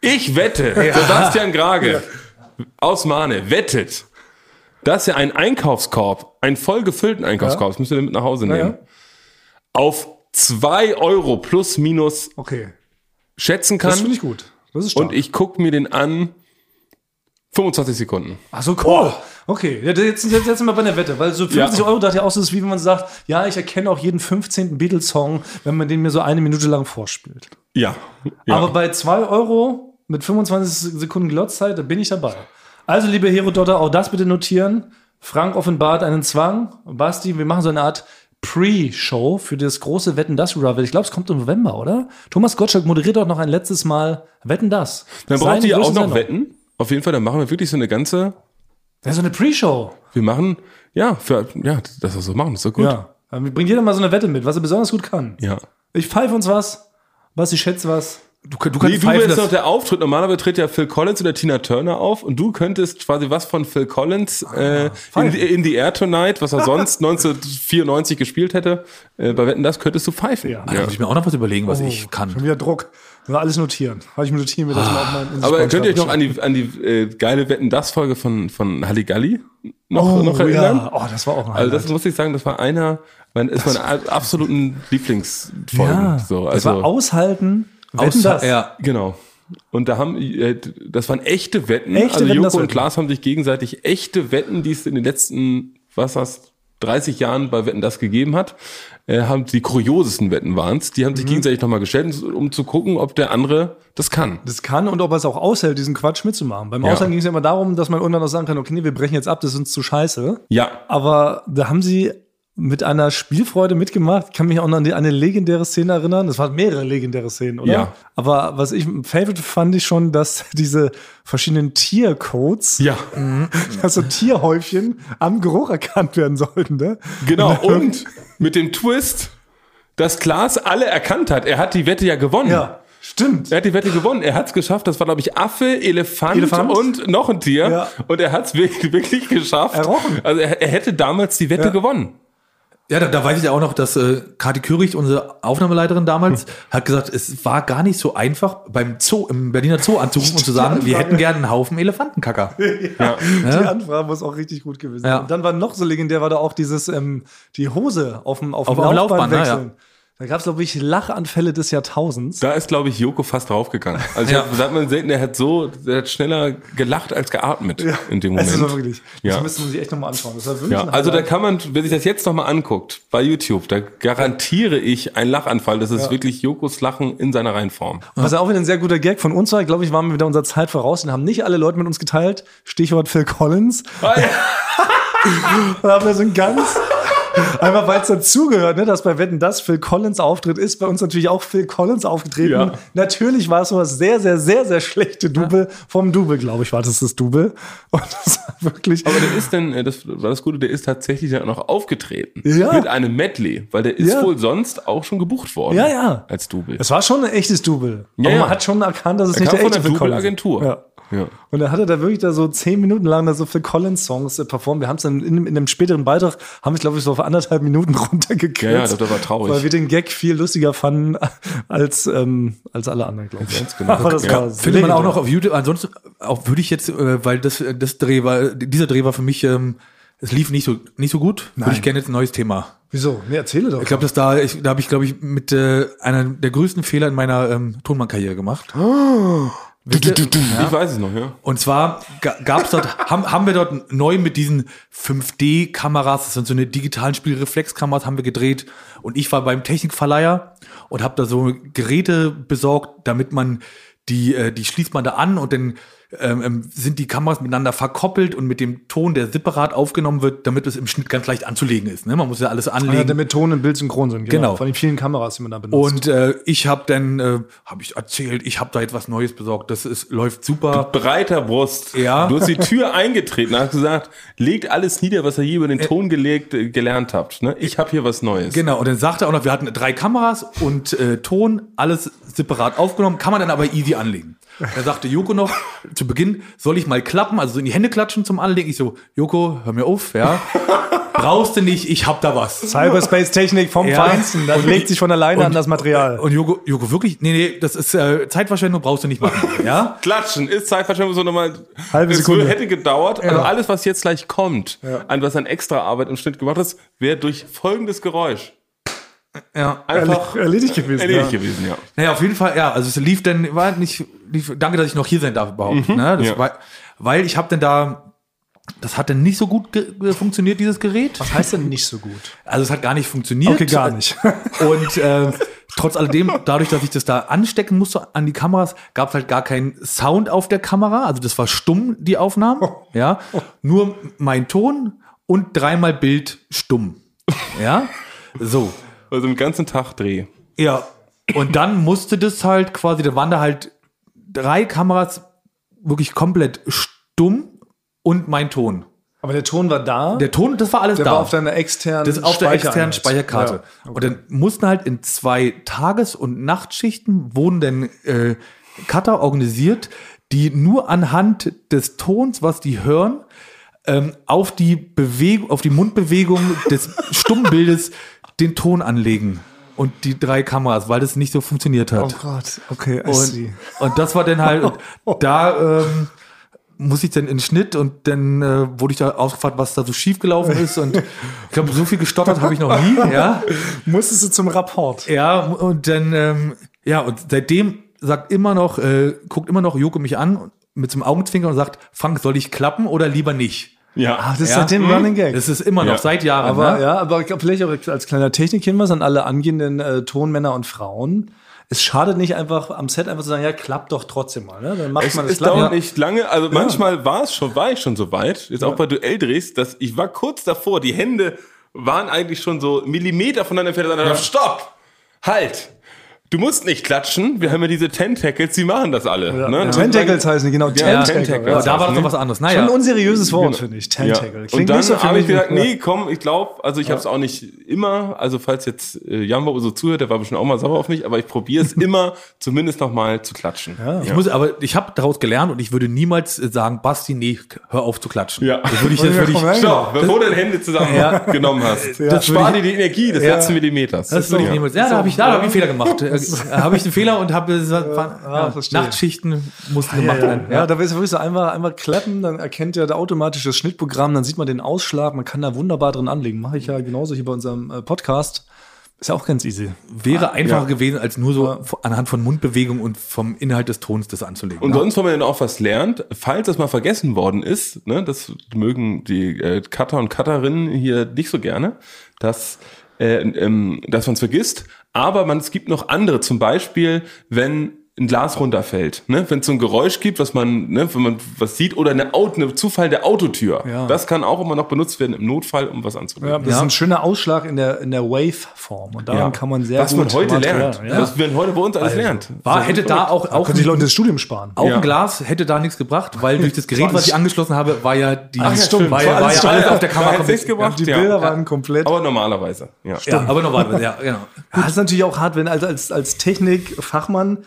B: ich wette, Sebastian Grage aus Mahne wettet, dass er einen Einkaufskorb, einen vollgefüllten Einkaufskorb, das müsst ihr mit nach Hause nehmen,
A: ja.
B: auf 2 Euro plus minus
A: Okay.
B: schätzen
A: Das finde
B: kann.
A: ich gut. Das ist stark.
B: Und ich gucke mir den an. 25 Sekunden.
A: Ach so, cool. Okay, ja, jetzt, jetzt, jetzt sind wir bei der Wette, weil so 50
B: Ja.
A: Euro dachte ich auch, so ist wie wenn man sagt, ja, ich erkenne auch jeden 15. Beatles-Song, wenn man den mir so eine Minute lang vorspielt.
B: Ja. ja.
A: Aber bei 2 Euro mit 25 Sekunden Glotzzeit, da bin ich dabei. Also, liebe Herodotter, auch das bitte notieren. Frank offenbart einen Zwang. Basti, wir machen so eine Art Pre-Show für das große Wetten das Revival. Ich glaube, es kommt im November, oder? Thomas Gottschalk moderiert auch noch ein letztes Mal Wetten das.
B: dann braucht
A: Seine
B: ihr auch
A: größte
B: noch
A: Sendung.
B: Wetten. Auf jeden Fall, dann machen wir wirklich so eine ganze
A: Das ist so eine Pre-Show.
B: Wir machen, ja, für, ja, das wir so machen, ist so gut.
A: Ja. Dann Bringt jeder mal so eine Wette mit, was er besonders gut kann.
B: ja.
A: Ich pfeife uns was, was ich schätze was.
C: du, du
B: Nee, du
C: pfeifen,
B: wärst
C: dass-
B: noch der Auftritt. Normalerweise tritt ja Phil Collins oder Tina Turner auf und du könntest quasi was von Phil Collins
A: Ah,
B: äh, in, the- in the Air Tonight, was er sonst 1994 gespielt hätte, äh, bei Wetten, das könntest du pfeifen.
A: Ja.
C: Ah, da muss ich mir auch noch was überlegen, was ich kann.
A: Oh, Schon wieder Druck. Nur alles notieren. Habe ich mir notieren, mir das mal auf meinen
B: Aber
A: Insta-
B: könnt ihr euch noch an die, an die äh, geile Wetten, das Folge von, von Halligalli noch,
A: Oh,
B: noch erinnern?
A: ja. oh, das war auch ein
B: Also das
A: Highlight.
B: muss ich sagen, das war einer, mein, ist meine a- absoluten Lieblingsfolgen.
A: ja,
B: so,
A: das
B: also,
A: war aushalten.
C: Aus-
A: Wetten das.
C: Ja,
B: Genau. Und da haben, äh, das waren echte Wetten.
A: Echte
B: also
A: Wetten,
B: Joko
A: das
B: und
A: Wetten.
B: Klaas haben sich gegenseitig echte Wetten, die es in den letzten, was hast, 30 Jahren bei Wetten das gegeben hat, äh, haben die kuriosesten Wetten waren's. Die haben
A: Mhm.
B: sich gegenseitig nochmal gestellt, um zu gucken, ob der andere das kann.
A: Das kann und ob er es auch aushält, diesen Quatsch mitzumachen. Beim
B: Ja.
A: Aushalten ging es ja immer darum, dass man untereinander sagen kann, okay, nee, wir brechen jetzt ab, das ist uns zu scheiße.
B: Ja.
A: Aber da haben sie mit einer Spielfreude mitgemacht. Ich kann mich auch noch an die- eine legendäre Szene erinnern. Es waren mehrere legendäre Szenen, oder?
B: Ja.
A: Aber was ich Favorite fand ich schon, dass diese verschiedenen Tiercodes,
B: Ja,
A: dass so Tierhäufchen am Geruch erkannt werden sollten, ne?
B: genau. Und mit dem Twist, dass Klaas alle erkannt hat. Er hat die Wette ja gewonnen.
A: Ja, stimmt.
B: Er hat die Wette gewonnen. Er hat es geschafft. Das war, glaube ich, Affe, Elefant,
A: Elefant.
B: und noch ein Tier.
A: Ja.
B: Und er hat es wirklich, wirklich geschafft.
A: Errochen.
B: Also er, er hätte damals die Wette
A: Ja.
B: gewonnen.
C: Ja, da, da weiß ich ja auch noch, dass äh, Kati Körig, unsere Aufnahmeleiterin
A: Hm.
C: damals, hat gesagt, es war gar nicht so einfach, beim Zoo, im Berliner Zoo anzurufen und zu sagen, wir hätten gerne einen Haufen Elefantenkacker.
A: Die
C: Ja.
A: Anfrage muss auch richtig gut gewesen
C: Ja.
A: sein. Und dann war noch so legendär, war da auch dieses, ähm, die Hose auf dem, auf dem
C: Auf dem
A: Laufband,
C: Laufband, ne,
A: wechseln. Da gab es, glaube ich, Lachanfälle des Jahrtausends.
B: Da ist, glaube ich, Joko fast draufgegangen. Also
C: Ja.
B: ich hab- da hat man selten, er hat so, der hat schneller gelacht als geatmet in dem Moment.
A: Also so wirklich.
B: Ja.
A: Das müsste man sich echt nochmal anschauen. Das war wirklich
B: Ja,
A: ein
B: also da
A: Highlight.
B: kann man, wenn sich das jetzt nochmal anguckt, bei YouTube, da garantiere ich einen Lachanfall. Das ist wirklich Jokos Lachen in seiner Reinform.
A: Was ja auch wieder ein sehr guter Gag von uns war. Ich glaube, ich waren wir wieder unserer Zeit voraus und haben nicht alle Leute mit uns geteilt. Stichwort Phil Collins. Und haben wir so ein ganz. Einfach weil es dazugehört, ne, dass bei Wetten das Phil Collins Auftritt ist, bei uns natürlich auch Phil Collins aufgetreten.
B: Ja.
A: Natürlich war es so das sehr, sehr, sehr, sehr schlechte Double vom Double, glaube ich, war das das Double. Und das war wirklich.
B: Aber der ist dann, äh, das war das Gute, der ist tatsächlich dann auch noch aufgetreten.
A: Ja.
B: Mit einem Medley, weil der ist
A: Ja.
B: wohl sonst auch schon gebucht worden.
A: Ja, ja.
B: Als Double.
A: es war schon ein echtes Double. Aber
B: Ja,
A: man
B: ja.
A: hat schon erkannt, dass es
B: Er
A: nicht
B: kam
A: der
B: von
A: echte
B: der
A: Phil Collins ist.
B: Double-Agentur.
A: Ja.
B: Ja.
A: Und dann hat er da wirklich da so zehn Minuten lang da so Phil Collins Songs äh, performt. Wir haben es dann in, in einem späteren Beitrag, haben wir glaube ich so auf anderthalb Minuten runtergekürzt.
B: Ja, ja, ich glaub, das war traurig.
A: Weil wir den Gag viel lustiger fanden als, ähm, als alle anderen, glaube ich.
B: Ganz genau.
A: Aber das
B: Ja.
A: war
C: Findet man auch noch auf YouTube. Ansonsten auch würde ich jetzt, äh, weil das, äh, das Dreh war, dieser Dreh war für mich, ähm, es lief nicht so, nicht so gut. Würde ich gerne jetzt ein neues Thema.
A: Wieso? Nee, erzähle doch.
C: Ich glaube, dass da, ich, da habe ich, glaube ich, mit äh, einer der größten Fehler in meiner ähm, Tonmann-Karriere gemacht.
B: Ich weiß es noch, ja.
C: Und zwar ga- gab's dort, haben, haben wir dort neu mit diesen 5D-Kameras, das sind so eine digitalen Spielreflexkameras, haben wir gedreht. Und ich war beim Technikverleiher und habe da so Geräte besorgt, damit man die, äh, die schließt man da an und dann ähm, ähm, sind die Kameras miteinander verkoppelt und mit dem Ton, der separat aufgenommen wird, damit es im Schnitt ganz leicht anzulegen ist. Ne? Man muss ja alles
A: Ah, ja,
C: anlegen.
A: damit Ton und Bild synchron sind.
C: Genau.
A: Von den vielen Kameras, die man da benutzt.
C: und äh, ich habe dann, äh, habe ich erzählt, ich habe da etwas Neues besorgt. Das ist, läuft super.
B: Breiter Brust.
C: Ja.
B: Du hast die Tür eingetreten, hast gesagt, legt alles nieder, was ihr je über den Ton gelegt, äh, gelernt habt. Ne? Ich habe hier was Neues.
C: Genau, und dann sagt er auch noch, wir hatten drei Kameras und äh, Ton, alles separat aufgenommen, kann man dann aber easy anlegen. Da sagte Joko noch zu Beginn, soll ich mal klappen, also so in die Hände klatschen zum Anlegen. Ich so, Joko, hör mir auf, ja. Brauchst du nicht, ich hab da was.
A: Cyberspace-Technik vom
C: Ja.
A: Feinsten. Das
C: Und-
A: legt sich von alleine
C: und-
A: an das Material.
C: Und Joko, Joko wirklich, nee, nee, das ist äh, Zeitverschwendung, brauchst du nicht machen, ja.
B: Klatschen ist Zeitverschwendung so nochmal.
A: Halbe
B: es
A: Sekunde.
B: hätte gedauert. Also alles, was jetzt gleich kommt, an was an extra Arbeit im Schnitt gemacht ist, wäre durch folgendes Geräusch
C: ja.
B: einfach
A: erledigt gewesen.
B: erledigt gewesen, ja.
C: Naja, auf jeden Fall, ja, also es lief dann, war nicht, lief, danke, dass ich noch hier sein darf überhaupt,
A: Mhm,
C: ne? das
B: ja.
C: war, weil ich habe dann da, das hat dann nicht so gut ge ge- funktioniert, dieses Gerät.
A: Was heißt denn nicht so gut?
C: Also es hat gar nicht funktioniert.
A: Okay, gar nicht.
C: Und äh, trotz alledem, dadurch, dass ich das da anstecken musste an die Kameras, gab es halt gar keinen Sound auf der Kamera. Also das war stumm, die Aufnahmen.
A: Oh.
C: Ja. Nur mein Ton und dreimal Bild stumm. Ja. So.
B: Also den ganzen Tag Dreh.
C: Ja. Und dann musste das halt quasi, da waren da halt drei Kameras wirklich komplett stumm und mein Ton.
A: Aber der Ton war da.
C: Der Ton, das war alles
A: Der
C: da.
A: war auf deiner externen halt.
C: Das ist auf der externen Speicherkarte.
A: Ja.
C: Und dann mussten halt in zwei Tages- und Nachtschichten wurden dann äh, Cutter organisiert, die nur anhand des Tons, was die hören, ähm, auf die Bewegung, auf die Mundbewegung des Stummbildes den Ton anlegen. Und die drei Kameras, weil das nicht so funktioniert
A: Oh
C: hat.
A: Gott, okay, I
C: Und,
A: see.
C: und das war dann halt, und da ähm, muss ich dann in den Schnitt und dann äh, wurde ich da ausgefragt, was da so schief gelaufen ist. Und ich glaube, so viel gestottert habe ich noch nie. Ja,
A: Musstest du zum Rapport?
C: ja und dann, ähm, ja, und seitdem sagt immer noch, äh, guckt immer noch Joko mich an und mit so einem Augenzwinkern und sagt, Frank, soll ich klappen oder lieber nicht?
B: Ja.
A: Ah, das ist
C: Ja.
A: halt den Running Gag.
C: Das ist immer noch
B: Ja.
C: seit Jahren.
A: aber
C: ne?
A: ja, aber ich glaub, vielleicht auch als kleiner Technikhinweis an alle angehenden äh, Tonmänner und Frauen. Es schadet nicht einfach am Set einfach zu sagen, ja, klappt doch trotzdem mal. Ne? Dann macht
B: Es,
A: man
B: es
A: das klar.
B: dauert nicht lange, also manchmal war es schon, war ich schon so weit, jetzt auch bei Duelldrehs, dass ich war kurz davor, die Hände waren eigentlich schon so Millimeter voneinander entfernt. Und dann dachte ich, Stopp! Halt! Du musst nicht klatschen. Wir haben ja diese Tentacles, die machen das alle. Ja, ne?
A: Tentacles heißen die, genau. Tentacle.
B: Ja,
A: Genau.
B: Tentacle.
C: Aber da war doch noch was anderes. Naja.
A: Ein unseriöses Wort, finde ich. Tentacle.
B: Ja. Und dann
A: nicht so für
B: habe
A: mich
B: ich
A: wie
B: gedacht,
A: früher.
B: nee, komm, ich glaube, also ich habe es auch nicht immer, also falls jetzt äh, Jambo so zuhört, der war bestimmt auch mal sauer auf mich, aber ich probiere es immer, zumindest nochmal zu klatschen. Ja.
C: Ich muss, aber ich habe daraus gelernt und ich würde niemals äh, sagen, Basti, nee, hör auf zu klatschen.
B: Ja.
C: Das würde ich, das würde ich,
A: Komm her.
B: Stopp, bevor du deine Hände zusammengenommen hast. Das spart dir die Energie des letzten Millimeters.
C: das würde ich niemals. Ja, da habe ich, da habe ich einen Fehler gemacht. Äh, äh, habe ich einen Fehler und habe äh, ja,
A: verstehe.
C: Nachtschichten mussten gemacht
A: Ja,
C: werden.
A: ja. ja, da willst du wirklich so einmal, einmal klappen, dann erkennt ja der automatische Schnittprogramm, dann sieht man den Ausschlag, man kann da wunderbar drin anlegen. Mache ich ja genauso hier bei unserem äh, Podcast. Ist ja auch ganz easy. Ah,
C: Wäre einfacher gewesen, als nur so v- anhand von Mundbewegung und vom Inhalt des Tons das anzulegen.
B: Und
C: ja.
B: sonst, wenn man denn auch was lernt, falls das mal vergessen worden ist, ne, das mögen die äh, Cutter und Cutterinnen hier nicht so gerne, dass, äh, ähm, dass man es vergisst. Aber man, es gibt noch andere, zum Beispiel, wenn ein Glas runterfällt, ne? wenn es so ein Geräusch gibt, was man, ne, wenn man was sieht, oder eine Auto, eine Zufall der Autotür.
A: Ja.
B: Das kann auch immer noch benutzt werden im Notfall, um was anzulegen.
A: Das ist ein schöner Ausschlag in der, in der Wave-Form. Und daran kann man sehr
B: was
A: gut
B: man heute
A: Material-
B: lernt,
A: Ja. Also,
B: was man heute bei uns alles lernt.
C: war, hätte da auch, auch,
A: Können sich Leute das Studium sparen.
C: auch
B: Ja.
C: ein Glas hätte da nichts gebracht, weil durch das Gerät, was ich angeschlossen habe, war ja die,
B: Ach ja, stimmt.
C: war ja,
B: War
C: war
B: alles
C: ja alles
B: steuer-
C: auf der
B: da
C: Kamera.
B: hätt's nichts gebracht,
A: Die
B: ja.
A: Bilder waren komplett.
B: Aber normalerweise. Ja.
C: Ja, aber normalerweise, ja, genau.
A: Ja, das ist natürlich auch hart, wenn als, als, als Technik-Fachmann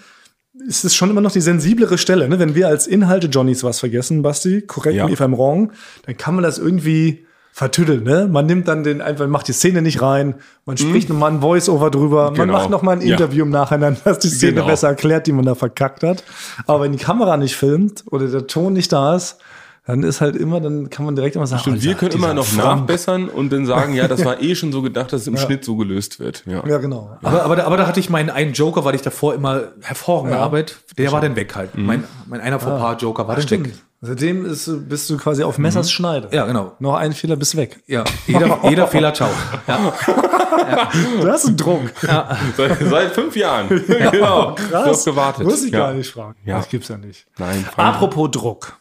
A: ist es schon immer noch die sensiblere Stelle. Ne? Wenn wir als Inhalte Johnnies was vergessen, Basti, korrekt
B: Ja.
A: me if I'm wrong, dann kann man das irgendwie vertüddeln. Ne? Man nimmt dann den, einfach macht die Szene nicht rein, man spricht nochmal ein Voice-Over drüber, man
B: Mhm. Genau.
A: macht nochmal ein
B: Ja.
A: Interview im Nachhinein, das die Szene
B: Genau.
A: besser erklärt, die man da verkackt hat. Aber wenn die Kamera nicht filmt oder der Ton nicht da ist, dann ist halt immer, dann kann man direkt immer sagen,
B: Stimmt, wir
A: Alter,
B: können immer
A: dieser
B: noch
A: Frank.
B: nachbessern und dann sagen, ja, das war eh schon so gedacht, dass es im Schnitt so gelöst wird. Ja.
A: Ja, genau.
C: Aber, aber, da- aber da hatte ich meinen einen Joker, weil ich davor immer hervorragende Arbeit, der war dann weg halt. Mein, mein einer vor paar Joker war dann weg.
A: Seitdem ist, bist du quasi auf Messers
B: Mhm.
A: Schneide.
C: Ja, genau.
A: Noch ein Fehler, bist weg.
C: Ja, jeder, jeder Fehler, ciao. Ja.
A: Du hast einen Druck.
B: Seit, seit fünf Jahren. genau. Krass. gewartet.
A: Muss ich
B: ja.
A: gar nicht Ah, fragen.
B: Ja.
A: Das gibt's ja nicht.
B: Nein, Frank.
A: Apropos Druck.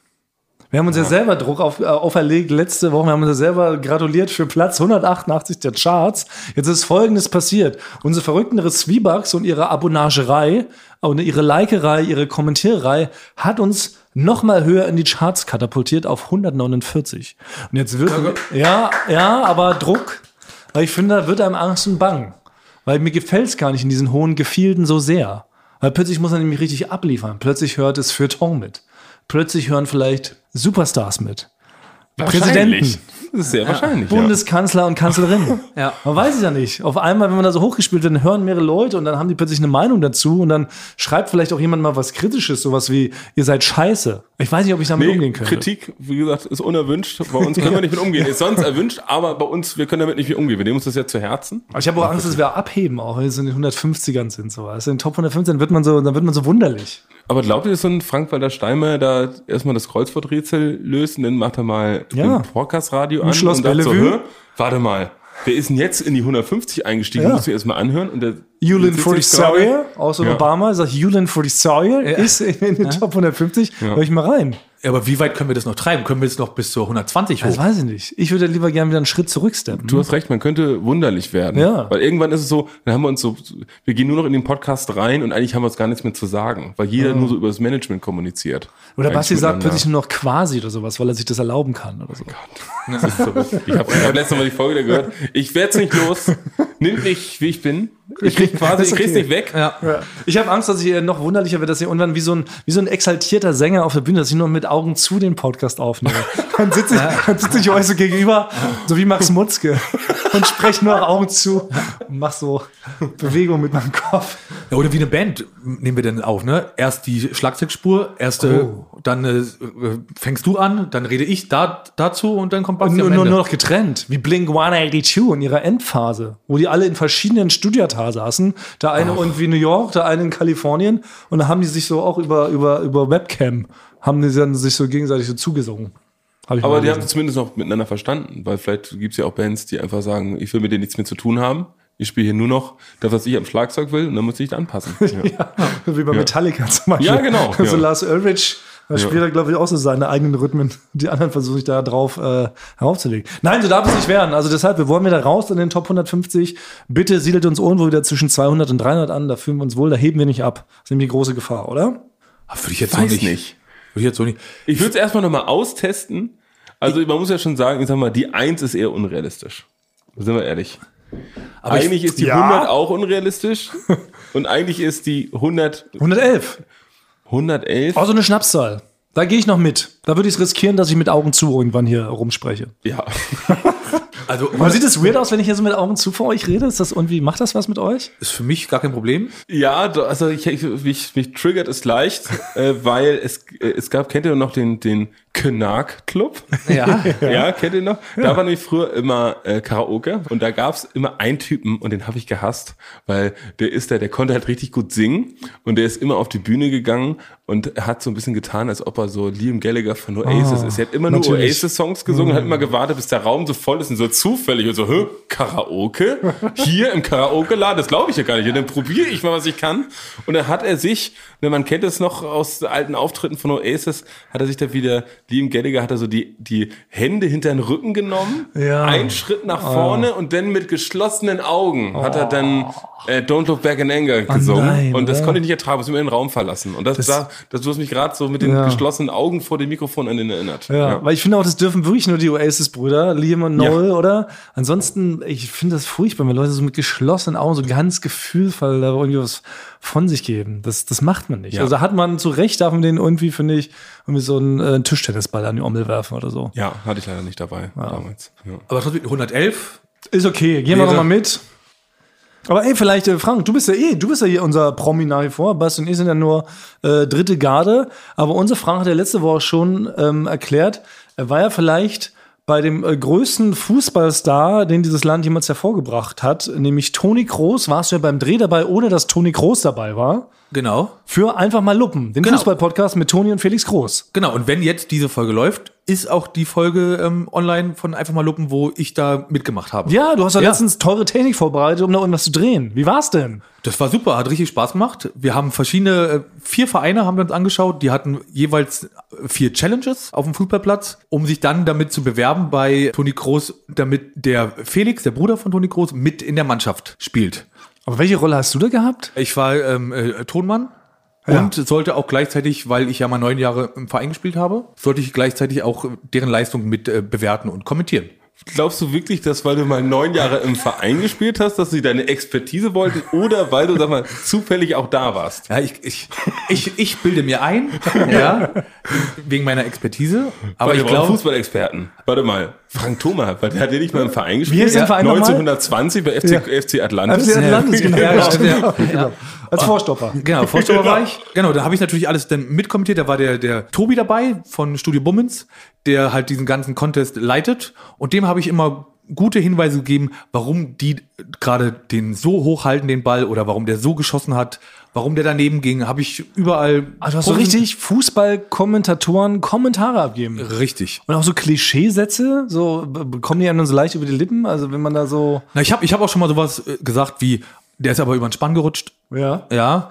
A: Wir haben uns ja, selber Druck auf, äh, auferlegt letzte Woche. Wir haben uns ja selber gratuliert für Platz 188 der Charts. Jetzt ist Folgendes passiert. Unsere verrückten Zwiebacks und ihre Abonnagerei und ihre Likerei, ihre Kommentiererei hat uns noch mal höher in die Charts katapultiert auf 149. Und jetzt wird, ja, ja, aber Druck, weil ich finde, da wird einem Angst und Bang. Weil mir gefällt's gar nicht in diesen hohen Gefilden so sehr. Weil plötzlich muss er nämlich richtig abliefern. Plötzlich hört es Feuilleton mit. Plötzlich hören vielleicht Superstars mit.
B: Wahrscheinlich.
A: Präsidenten,
B: Das ist sehr wahrscheinlich. Ja.
A: Bundeskanzler und Kanzlerin.
C: Ja.
A: Man weiß es ja nicht. Auf einmal, wenn man da so hochgespielt wird, dann hören mehrere Leute und dann haben die plötzlich eine Meinung dazu und dann schreibt vielleicht auch jemand mal was Kritisches, sowas wie, ihr seid scheiße. Ich weiß nicht, ob ich damit
B: Nee,
A: umgehen könnte.
B: Kritik, wie gesagt, ist unerwünscht. Bei uns können wir nicht mit umgehen. Ist sonst erwünscht, aber bei uns, wir können damit nicht mit umgehen. Wir nehmen uns das ja zu Herzen.
A: Aber ich habe auch Angst, dass wir abheben, auch wenn es in den 150ern sind. So. Also in den Top 150 wird man so, dann wird man so wunderlich.
B: Aber glaubt ihr, dass so ein Frank-Walter Steinmeier da erstmal das Kreuzworträtsel löst und dann macht er mal
A: Ja.
B: im Podcast-Radio an
A: Schloss
B: und sagt so,
A: Bellevue.
B: "Hä? warte mal, wer ist denn jetzt in die 150 eingestiegen?
A: Ja.
B: Muss ich erstmal anhören. Und der
A: Julian
B: sitzt
A: Forty
B: jetzt gerade-
A: Sawyer aus
B: Ja.
A: Obama sagt, Julian Forty Sawyer ist in den Top 150. Hör ich mal rein.
C: Ja, aber wie weit können wir das noch treiben? Können wir das noch bis zur 120 hoch?
A: Das weiß ich nicht. Ich würde lieber gerne wieder einen Schritt zurücksteppen.
B: Du hast recht, man könnte wunderlich werden.
A: Ja.
B: Weil irgendwann ist es so, dann haben wir uns so, wir gehen nur noch in den Podcast rein und eigentlich haben wir uns gar nichts mehr zu sagen, weil jeder nur so über das Management kommuniziert.
A: oder
B: Eigentlich
A: Basti sagt
B: miteinander.
A: plötzlich nur noch quasi oder sowas, weil er sich das erlauben kann oder so.
B: Das ist so, ich habe hab letztes Mal die Folge da gehört. Ich werd's nicht los. Nimmt mich, wie ich bin. Ich krieg quasi, ich krieg's nicht weg.
A: Ich habe Angst, dass ich äh, noch wunderlicher werde, dass ich irgendwann wie so, ein, wie so ein exaltierter Sänger auf der Bühne, dass ich nur mit Augen zu den Podcast aufnehme. Dann sitze ich, dann sitz ich euch so gegenüber, so wie Max Mutzke, und spreche nur noch Augen zu und mach so Bewegungen mit meinem Kopf.
C: Ja, oder wie eine Band nehmen wir denn auf, ne? Erst die Schlagzeugspur, erst äh,
A: Oh.
C: dann äh, fängst du an, dann rede ich da, dazu und dann kommt Basti
A: nur,
C: am
A: nur,
C: Ende.
A: nur noch getrennt, wie Blink 182 in ihrer Endphase, wo die alle in verschiedenen Studiota saßen. Der eine irgendwie in New York, der eine in Kalifornien. Und da haben die sich so auch über, über, über Webcam, haben die dann sich so gegenseitig so zugesungen. Hab ich
B: Aber
A: mal
B: die haben
A: gelesen.
B: es zumindest noch miteinander verstanden, weil vielleicht gibt's ja auch Bands, die einfach sagen, ich will mit dir nichts mehr zu tun haben. Ich spiele hier nur noch das, was ich am Schlagzeug will und dann muss ich anpassen. Ja.
A: Wie bei Metallica zum Beispiel.
B: Ja, genau,
A: So
B: ja.
A: Lars Ulrich Da spielt er, glaube ich, auch so seine eigenen Rhythmen. Die anderen versuche ich da drauf äh, heraufzulegen. Nein, so darf es nicht werden. Also deshalb, wir wollen wieder raus in den Top 150. Bitte siedelt uns irgendwo wieder zwischen 200 und 300 an. Da fühlen wir uns wohl, da heben wir nicht ab. Das ist nämlich die große Gefahr, oder?
C: Würde ich jetzt
B: Weiß
C: so nicht.
B: nicht.
C: Würde ich jetzt so nicht.
B: Ich würde es erstmal nochmal austesten. Also man muss ja schon sagen, ich sag mal, die 1 ist eher unrealistisch. Sind wir ehrlich.
C: Aber
B: eigentlich ist die
A: ja.
B: 100 auch unrealistisch. und eigentlich ist die 100,
A: 111.
B: 111.
A: Auch so eine Schnapszahl. Da gehe ich noch mit. Da würde ich es riskieren, dass ich mit Augen zu irgendwann hier rumspreche.
B: Ja.
C: Ich, also
A: Aber sieht es weird aus, wenn ich hier so mit Augen zu vor euch rede? Ist das irgendwie, macht das was mit euch?
C: ist für mich gar kein Problem.
B: Ja, da- also ich, ich, mich, mich triggert es leicht, äh, weil es, äh, es gab, kennt ihr noch den, den Knark Club?
C: Ja.
B: Ja, kennt ihr noch? Da war nämlich früher immer äh, Karaoke und da gab's immer einen Typen und den habe ich gehasst, weil der ist der, der konnte halt richtig gut singen und der ist immer auf die Bühne gegangen und hat so ein bisschen getan, als ob er so Liam Gallagher von Oasis ist. Er hat immer nur
A: natürlich.
B: Oasis-Songs gesungen und
A: Mhm.
B: hat immer gewartet, bis der Raum so voll ist und so zufällig und so, hä, Karaoke? Hier im Karaoke-Laden, das glaube ich ja gar nicht. Ja, dann probiere ich mal, was ich kann. Und dann hat er sich, ne, man kennt es noch aus alten Auftritten von Oasis, hat er sich da wieder, Liam Gallagher hat er so die, die Hände hinter den Rücken genommen,
A: Ja.
B: einen Schritt nach vorne und dann mit geschlossenen Augen hat er dann äh, Don't Look Back in Anger
A: Oh.
B: gesungen.
A: Ah, nein, ne?
B: und das
A: ja.
B: konnte ich nicht ertragen, muss immer den Raum verlassen. Und das, das, da, das du hast mich gerade so mit den
A: Ja.
B: geschlossenen Augen vor dem Mikrofon an den erinnert.
A: Ja, weil ich finde auch, das dürfen wirklich nur die Oasis-Brüder, Liam und
B: Ja.
A: Noel, oder? Ansonsten, ich finde das furchtbar, wenn Leute so mit geschlossenen Augen so ganz gefühlvoll da irgendwie was von sich geben. Das, das macht man nicht.
B: Ja.
A: Also da hat man zu Recht, darf man den irgendwie, finde ich, irgendwie so einen äh, Tischtennisball an die Ommel werfen oder so.
B: Ja, hatte ich leider nicht dabei damals. Ja.
C: Aber trotzdem 111.
A: Ist okay, gehen wir
C: Wäre-
A: nochmal mit. Aber ey, vielleicht, äh, Frank, du bist ja eh, du bist ja hier unser Promi nach wie vor. Basti und ich sind ja nur äh, dritte Garde. Aber unser Frank hat ja letzte Woche schon ähm, erklärt, er war ja vielleicht bei dem äh, größten Fußballstar, den dieses Land jemals hervorgebracht hat, nämlich Toni Kroos, warst du ja beim Dreh dabei, ohne dass Toni Kroos dabei war,
C: Genau.
A: für einfach mal Luppen, den
C: Genau.
A: Fußballpodcast mit Toni und Felix Kroos.
C: Genau. Und wenn jetzt diese Folge läuft, ist auch die Folge ähm, online von Einfach mal Luppen, wo ich da mitgemacht habe.
A: Ja, du hast ja,
C: Ja.
A: letztens teure Technik vorbereitet, um da irgendwas zu drehen. Wie war's denn?
C: Das war super, hat richtig Spaß gemacht. Wir haben verschiedene, äh, vier Vereine haben wir uns angeschaut, die hatten jeweils äh, vier Challenges auf dem Fußballplatz, um sich dann damit zu bewerben bei Toni Kroos, damit der Felix, der Bruder von Toni Kroos, mit in der Mannschaft spielt.
A: Aber welche Rolle hast du da gehabt?
C: Ich war ähm, äh, Tonmann.
A: Ja.
C: Und sollte auch gleichzeitig, weil ich ja mal neun Jahre im Verein gespielt habe, sollte ich gleichzeitig auch deren Leistung mit äh, bewerten und kommentieren.
B: Glaubst du wirklich, dass weil du mal neun Jahre im Verein gespielt hast, dass sie deine Expertise wollten oder weil du, sag mal, zufällig auch da warst?
C: Ja, ich, ich, ich, ich bilde mir ein, ja, wegen meiner Expertise. Aber
B: Weil
C: ich
B: wir brauchen
C: glaube,
B: Fußballexperten. Warte mal, Frank Thoma, weil der hat ja nicht mal im Verein gespielt.
A: ist der Verein nochmal?
B: 1920 bei FC, FC Atlantis.
A: FC Atlantis, genau.
C: Ja,
A: Ja, stimmt.
C: ja.
A: Genau. Als Vorstopper.
C: Genau, Vorstopper war ich. Genau, da habe ich natürlich alles dann mitkommentiert. Da war der, der Tobi dabei von Studio Bummens, der halt diesen ganzen Contest leitet. Und dem habe ich immer gute Hinweise gegeben, warum die gerade den so hochhalten, den Ball, oder warum der so geschossen hat, warum der daneben ging. Habe ich überall.
A: Also hast du richtig Fußballkommentatoren Kommentare abgeben.
C: Richtig.
A: Und auch so Klischeesätze, so b- b- kommen die einem so leicht über die Lippen. Also wenn man da so.
C: Na, ich habe ich hab auch schon mal sowas äh, gesagt wie, der ist aber über den Spann gerutscht.
A: Ja.
C: Ja.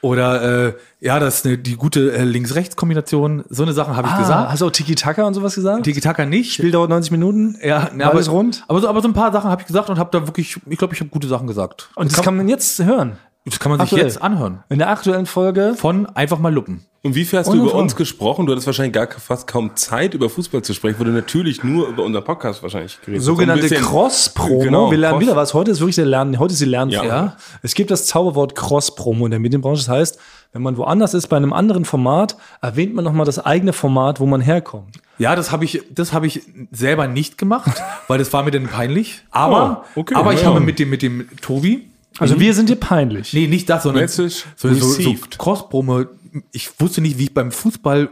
C: Oder äh, ja, das ist eine, die gute äh, Links-Rechts-Kombination. So eine Sachen habe ich
A: Ah,
C: gesagt.
A: hast du auch Tiki-Taka und sowas gesagt?
C: Tiki-Taka nicht.
A: Spiel dauert 90 Minuten.
C: Ja, ne,
A: War
C: aber,
A: alles rund?
C: Aber so, aber so ein paar Sachen habe ich gesagt und habe da wirklich, ich glaube, ich habe gute Sachen gesagt.
A: Und das kann man jetzt hören.
C: Das kann man sich
A: Aktuell.
C: jetzt anhören.
A: In der aktuellen Folge.
C: Von einfach mal Luppen.
B: Und wie viel hast
A: Ohne
B: du über
A: Frage.
B: uns gesprochen? Du hattest wahrscheinlich gar fast kaum Zeit, über Fußball zu sprechen, wo du natürlich nur über unseren Podcast wahrscheinlich geredet hast. So ein
A: Sogenannte
B: bisschen-
A: Cross-Promo.
B: Genau,
A: wir lernen
B: Cross-
A: wieder was. Heute ist wirklich der Lernen, heute ist die Lernfolge.
B: Ja.
A: Es gibt das Zauberwort Cross-Promo in der Medienbranche. Das heißt, wenn man woanders ist, bei einem anderen Format, erwähnt man nochmal das eigene Format, wo man herkommt.
C: Ja, das habe ich, das habe ich selber nicht gemacht, weil das war mir dann peinlich. Aber,
B: Oh, okay,
C: aber ich
B: ja.
C: habe mit dem, mit dem Tobi,
A: Also wir sind dir peinlich.
C: nee, nicht das, sondern
B: Message
C: so, so, so
B: received.
C: Cross-Promo. Ich wusste nicht, wie ich beim Fußball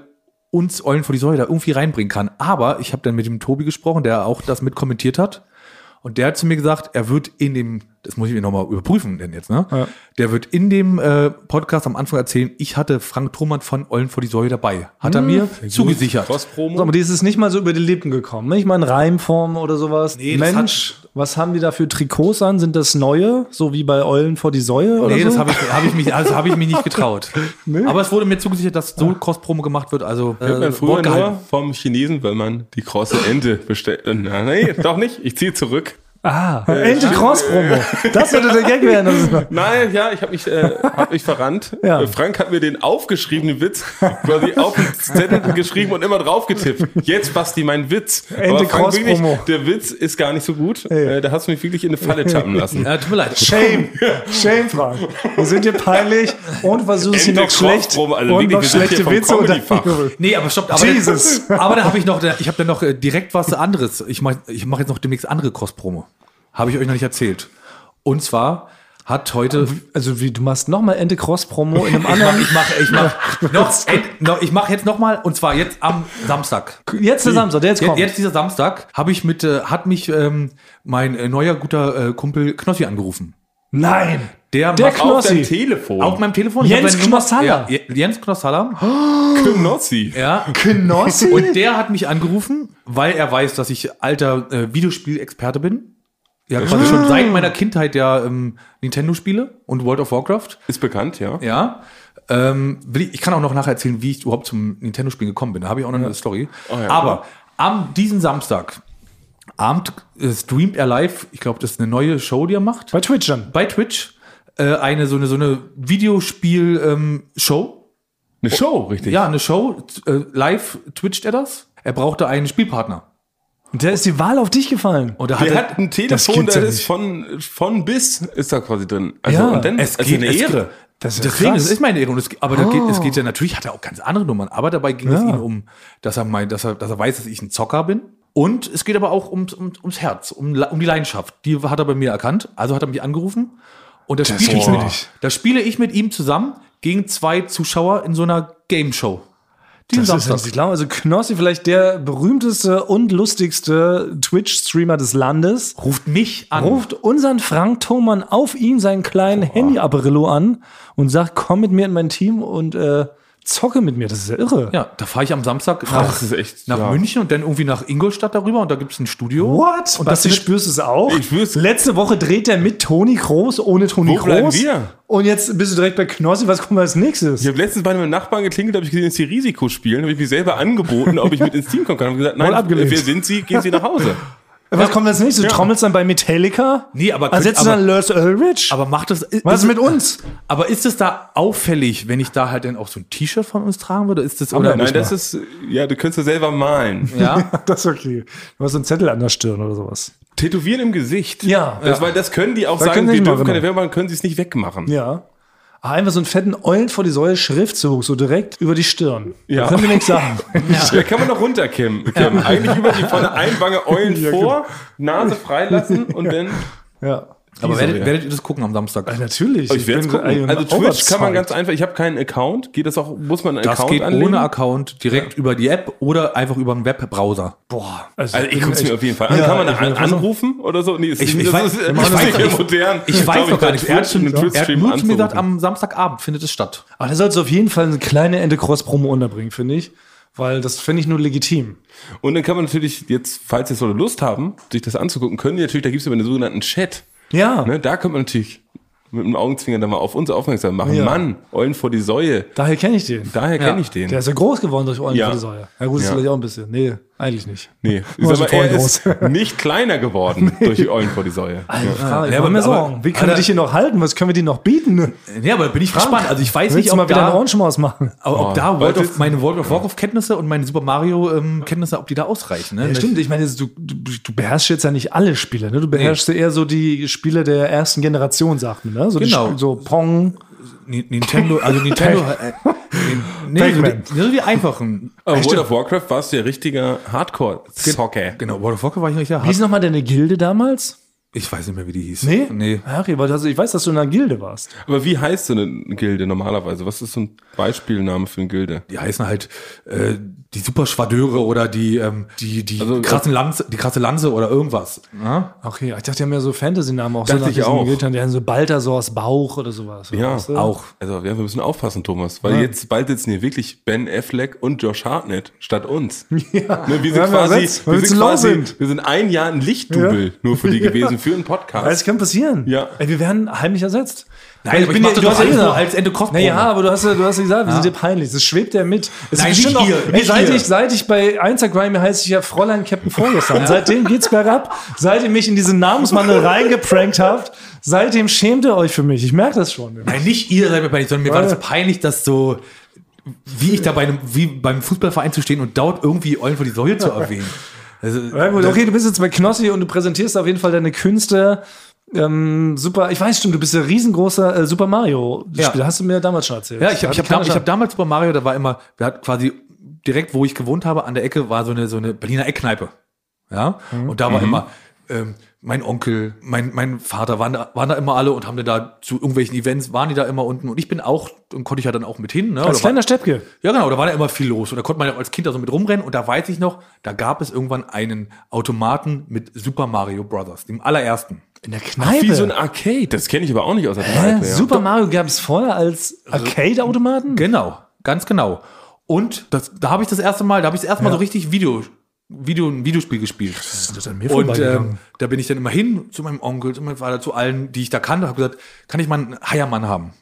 C: uns Eulen vor die Säule da irgendwie reinbringen kann. Aber ich habe dann mit dem Tobi gesprochen, der auch das mit kommentiert hat. Und der hat zu mir gesagt, er wird in dem das muss ich mir nochmal überprüfen denn jetzt, ne?
A: Ja.
C: Der wird in dem äh, Podcast am Anfang erzählen, ich hatte Frank Thoman von Eulen vor die Säule dabei. Hat
B: Hm.
C: er mir zugesichert.
A: So,
B: Cross-Promo.
A: aber die ist es nicht mal so über die Lippen gekommen. ne? Ich meine, Reimform oder sowas.
C: Nee, das
A: Mensch, was haben die da für Trikots an? Sind das neue? So wie bei Eulen vor die Säue? Oder
C: Nee,
A: so?
C: das habe ich, hab ich, mich- also hab ich mich nicht getraut. Aber es wurde mir zugesichert, dass so Cross-Promo gemacht wird, also
B: Hört man
C: äh,
B: früher
C: Wort gehalten.
B: nur halt vom Chinesen, wenn man die krosse Ente bestellt. Äh, Na, nee, doch nicht. Ich ziehe zurück.
A: Ah,
C: Äh,
A: Ente Cross-Promo. Das würde der Gag werden. Das ist-
B: Nein, ja, ich habe mich, äh, hab mich verrannt.
A: Ja.
B: Äh, Frank hat mir den aufgeschriebenen Witz quasi auf den Zettel geschrieben und immer drauf getippt. Jetzt Basti, mein Witz.
A: Ende
B: Frank, wirklich,
A: Cross-Promo.
B: der Witz ist gar nicht so gut. Äh, da hast du mich wirklich in eine Falle tappen lassen.
C: Ja, tut mir leid.
A: Shame. Shame, Frank. Wir sind dir peinlich und versuchen sie
B: Ente
A: noch schlecht.
B: Cross-Promo, also
A: und
B: wirklich,
A: noch
B: wir sind hier
A: schlechte
B: vom
A: Witze und
B: Comedy-Fach.
C: Nee, aber stopp. Aber
A: Jesus.
C: Da, aber da habe ich noch, ich habe da noch äh, direkt was anderes. Ich mache ich mach jetzt noch demnächst andere Cross-Promo. Habe ich euch noch nicht erzählt. Und zwar hat heute
A: Also wie, du machst nochmal Ente Cross-Promo in einem anderen.
C: ich mache ich mache ich mach noch, ey, noch ich mache jetzt noch mal und zwar jetzt am Samstag.
A: Jetzt der Samstag, der jetzt
C: Jetzt,
A: kommt.
C: jetzt dieser Samstag habe ich mit äh, hat mich ähm, mein äh, neuer guter äh, Kumpel Knossi angerufen.
A: Nein.
C: Der,
A: Der
C: macht
B: Auf dein
A: Knossi.
B: Telefon.
C: auf meinem Telefon. Ich
A: Jens
C: hab seine Nummer-
A: Knossalla.
C: Ja, Jens Knossalla.
B: Knossi.
C: Ja,
A: Knossi?
C: Und der hat mich angerufen, weil er weiß, dass ich alter äh, Videospielexperte bin. Ja, quasi schon seit meiner Kindheit ja ähm, Nintendo-Spiele und World of Warcraft.
B: Ist bekannt, ja.
C: Ja. Ähm, will ich, ich kann auch noch nachher erzählen, wie ich überhaupt zum Nintendo-Spielen gekommen bin. Da habe ich auch noch eine Story.
B: ja.
C: Aber am diesen Samstag Abend äh, streamt er live, ich glaube, das ist eine neue Show, die er macht
A: Bei Twitch dann.
C: bei Twitch. Äh, eine so eine so eine Videospiel-Show. Ähm, Show.
B: Eine Show, richtig.
C: Ja, eine Show. t- Äh, live twitcht er das. Er brauchte einen Spielpartner.
A: Und da ist die Wahl auf dich gefallen.
C: Und er
B: Der
C: hatte,
B: hat ein
A: das
B: Telefon,
A: gibt's
B: das,
A: ja
B: ist
A: nicht.
B: von, von bis ist da quasi drin. Also,
A: Ja,
B: und dann
C: es
B: also
C: geht
B: eine Ehre.
A: Das ist ja krass.
C: Deswegen,
A: Oh.
C: das ist meine Ehre. Und es, aber da geht, es geht ja natürlich, hat er auch ganz andere Nummern. Aber dabei ging es
A: Ja.
C: ihm um, dass er, mein, dass, er, dass er weiß, dass ich ein Zocker bin. Und es geht aber auch ums, ums, ums Herz, um, La- um die Leidenschaft. Die hat er bei mir erkannt. Also hat er mich angerufen. Und da spiele, ich
A: boah.
C: mit, da spiele ich mit ihm zusammen gegen zwei Zuschauer in so einer Game Show. Diesen
A: Das ist ja nicht klar. Also Knossi vielleicht der berühmteste und lustigste Twitch-Streamer des Landes.
C: Ruft mich an.
A: Ruft unseren Frank Thomann auf ihn seinen kleinen Handy-Apparillo an und sagt, komm mit mir in mein Team und äh, zocke mit mir. Das ist ja irre.
C: Ja, da fahre ich am Samstag
B: das
C: nach,
B: ist echt,
C: nach
B: ja.
C: München und dann irgendwie nach Ingolstadt darüber und da gibt es ein Studio.
A: What? Und dass du spürst es auch?
B: Ich spür's.
A: Letzte Woche dreht er mit Toni Groß, ohne Toni
B: Wo
A: Groß.
B: bleiben wir?
A: Und jetzt bist du direkt bei Knossi. Was kommt als nächstes?
B: Ich habe letztens bei einem Nachbarn geklingelt, habe ich gesehen, dass die Risiko spielen, habe ich mir selber angeboten, ob ich mit ins Team kommen kann. Hab gesagt, nein,
A: Wohl abgelehnt.
B: wer sind Sie? Gehen Sie nach Hause.
A: Was kommt als nächstes? Du trommelst dann bei Metallica?
C: Nee, aber-
A: Ersetzt du
C: aber-
A: dann Lars Ulrich?
C: Aber macht das.
A: Was ist mit uns?
C: Aber ist es da auffällig, wenn ich da halt dann auch so ein T-Shirt von uns tragen würde? Ist das oder
B: Nein, das ist, ja, du könntest ja selber malen.
C: ja?
A: Das ist okay. Du hast so einen Zettel an der Stirn oder sowas.
B: Tätowieren im Gesicht.
A: Ja.
B: Das, Weil das können die auch
A: Da
B: sagen,
A: können sie
B: wir
A: nicht
B: dürfen
A: machen, genau.
B: keine Werbung machen, können sie es nicht wegmachen.
A: Ja. Ah, einfach so einen fetten Eulen vor die Säule Schriftzug, so direkt über die Stirn.
B: Ja.
A: Da können wir nichts sagen.
B: Da kann man noch runterkämmen. kämmen. Eigentlich über die von der Einwange Eulen vor,
A: genau.
B: Nase freilassen und dann.
A: ja.
C: Aber werdet,
B: ja.
C: werdet ihr das gucken am Samstag?
A: Natürlich.
B: Ich werde es
A: bin-
B: gucken.
A: äh,
B: Also Twitch kann man
A: overzeuged.
B: ganz einfach, ich habe keinen Account, geht das auch, muss man einen
C: Das
B: Account
C: geht
B: anlegen?
C: ohne Account, direkt über die App oder einfach über einen Webbrowser.
A: Boah. Also,
B: Also ich gucke es mir auf jeden Fall an.
A: Ja,
B: Kann man
A: ich bin
B: an,
A: ja fast-
B: anrufen oder so? Nee, das
C: Ich- ich
B: das
C: weiß-
B: ist,
C: ich
B: das
C: weiß
B: ist
C: noch
B: ja
C: nicht.
B: modern.
C: Ich weiß noch gar nicht. Er hat, schon, er hat nur zu mir gesagt,
B: am
C: am Samstagabend findet es statt.
A: Aber Ah, da sollst du auf jeden Fall eine kleine Ende Cross-Promo unterbringen, finde ich. Weil das finde ich nur legitim.
B: Und dann kann man natürlich jetzt, falls jetzt Leute Lust haben, sich das anzugucken, können die natürlich, da gibt es immer den sogenannten Chat.
A: Ja.
B: Ne, da könnte man natürlich mit einem Augenzwinger dann mal auf uns aufmerksam machen.
A: Ja.
B: Mann, Eulen vor die Säue.
A: Daher kenne ich den.
B: Daher kenne ich den.
A: Der ist ja groß geworden durch Eulen
B: Ja.
A: vor die Säule. Ja gut, ist
B: Ja.
A: vielleicht auch ein bisschen. Nee, eigentlich nicht.
B: nee, ich
A: Nur
B: sag
A: so
B: mal, er
A: voll
B: ist nicht kleiner geworden durch die Eulen vor die Säue.
A: Eine Frage.
C: Ja,
A: ich mache
C: aber-
A: mir
C: aber-
A: Sorgen. Wie können Ah, wir
C: Alter-
A: dich hier noch halten? Was können wir dir noch bieten?
C: Ja, aber bin ich gespannt. Also ich weiß
A: Willst
C: nicht,
A: du mal
C: ob
A: wieder einen
C: da,
A: Ohrenschmaus machen?
C: ob da World
B: Leute,
C: of, meine World of Warcraft-Kenntnisse und meine Super Mario-Kenntnisse, ob die da ausreichen. Ne?
A: Ja, stimmt, ich meine, jetzt, du, du, du beherrschst jetzt ja nicht alle Spiele, ne? Du beherrschst ja eher so die Spiele der ersten Generation, sagt man, ne? So
C: Genau.
A: Die, Sp- so Pong.
C: Ni- Nintendo, also Nintendo. äh, nee, so
A: Pac-Man.
C: die, so die einfachen.
B: Aber World of Warcraft warst du ja richtiger Hardcore-Zocker.
C: Genau, World of Warcraft war ich nicht da.
A: Wie ist nochmal deine Gilde damals?
C: Ich weiß nicht mehr, wie die hieß.
A: Nee?
C: Nee.
A: Harry, weil also ich weiß, dass du in einer Gilde warst.
B: Aber wie heißt so eine Gilde normalerweise? Was ist so ein Beispielname für eine Gilde?
C: Die heißen halt äh, die Superschwadeure oder die, ähm, die, die,
B: Also-
C: krassen Lanze, die krasse Lanze oder irgendwas. Ja?
A: Okay, ich dachte, die haben ja so Fantasy-Namen auch.
B: Dachte
A: so nach
B: ich
A: diesen
B: auch.
A: Giltern, die haben so Balthasars Bauch oder sowas.
B: Ja,
A: weißt du?
C: Auch.
B: Also ja, wir müssen aufpassen, Thomas, weil jetzt bald sitzen hier wirklich Ben Affleck und Josh Hartnett statt uns. Ja. Ne, wir sind
A: Ja, weil
B: quasi,
A: wir- weil wir zu low sind.
B: wir sind ein Jahr ein Lichtdubel
A: Ja.
B: nur für die
A: Ja.
B: gewesen, für einen
A: Das
B: Podcast.
A: kann passieren.
B: Ja.
A: Ey, wir werden heimlich ersetzt.
C: Nein, aber ich mach das doch alles nur als Ende Kochprobe.
A: Naja, aber du hast, ja- du hast ja gesagt, wir sind dir peinlich. Das schwebt ja mit. Es
C: Nein,
A: ist bestimmt
C: nicht hier,
A: ey,
C: nicht
A: seit,
C: hier.
A: ich, seit ich bei Instagram heiße ich ja Fräulein Captain Vorgestern. Seitdem geht's bergab. Seit ihr mich in diese Namensmandel reingeprankt habt, seitdem schämt ihr euch für mich. Ich merke das schon.
C: Nein, nicht ihr seid mir peinlich, sondern mir war
A: Warte.
C: das peinlich, dass so, wie ich da bei einem, wie beim Fußballverein zu stehen und dort irgendwie Eulen vor die Säule zu erwähnen. Also,
A: Ja, gut, okay, du bist jetzt bei Knossi und du präsentierst auf jeden Fall deine Künste. Ähm, super, ich weiß schon, du bist ein riesengroßer äh, Super Mario-Spieler.
C: Ja.
A: Hast du mir damals schon erzählt?
C: Ja, ich habe ich hab
A: keine
C: dam ich hab
A: Chance.
C: damals Super Mario, da war immer, wir hatten quasi direkt, wo ich gewohnt habe, an der Ecke war so eine, so eine Berliner Eckkneipe. Ja,
A: Mhm.
C: und da war immer ähm, mein Onkel, mein, mein Vater waren da, waren da immer alle und haben da zu irgendwelchen Events, waren die da immer unten und ich bin auch, und konnte ich ja dann auch mit hin. Ne?
A: Als
C: Oder war-
A: kleiner Steppke.
C: Ja, genau, da war da immer viel los. Und da konnte man ja als Kind da so mit rumrennen. Und da weiß ich noch, da gab es irgendwann einen Automaten mit Super Mario Brothers, dem allerersten.
A: In der
B: Wie
A: Kneipe.
B: so ein Arcade, das kenne ich aber auch nicht aus der
A: Hä?
B: Kneipe. ja.
A: Super Mario gab es vorher als Arcade-Automaten?
C: Genau, ganz genau. Und das, da habe ich das erste Mal, da habe ich das erste Mal so richtig Video, Video, ein Videospiel gespielt.
A: ist an mir
C: Und
A: vorbeigegangen.
C: ähm, da bin ich dann immer hin zu meinem Onkel, zu meinem Vater, zu allen, die ich da kannte, habe gesagt, kann ich mal einen Heiermann haben?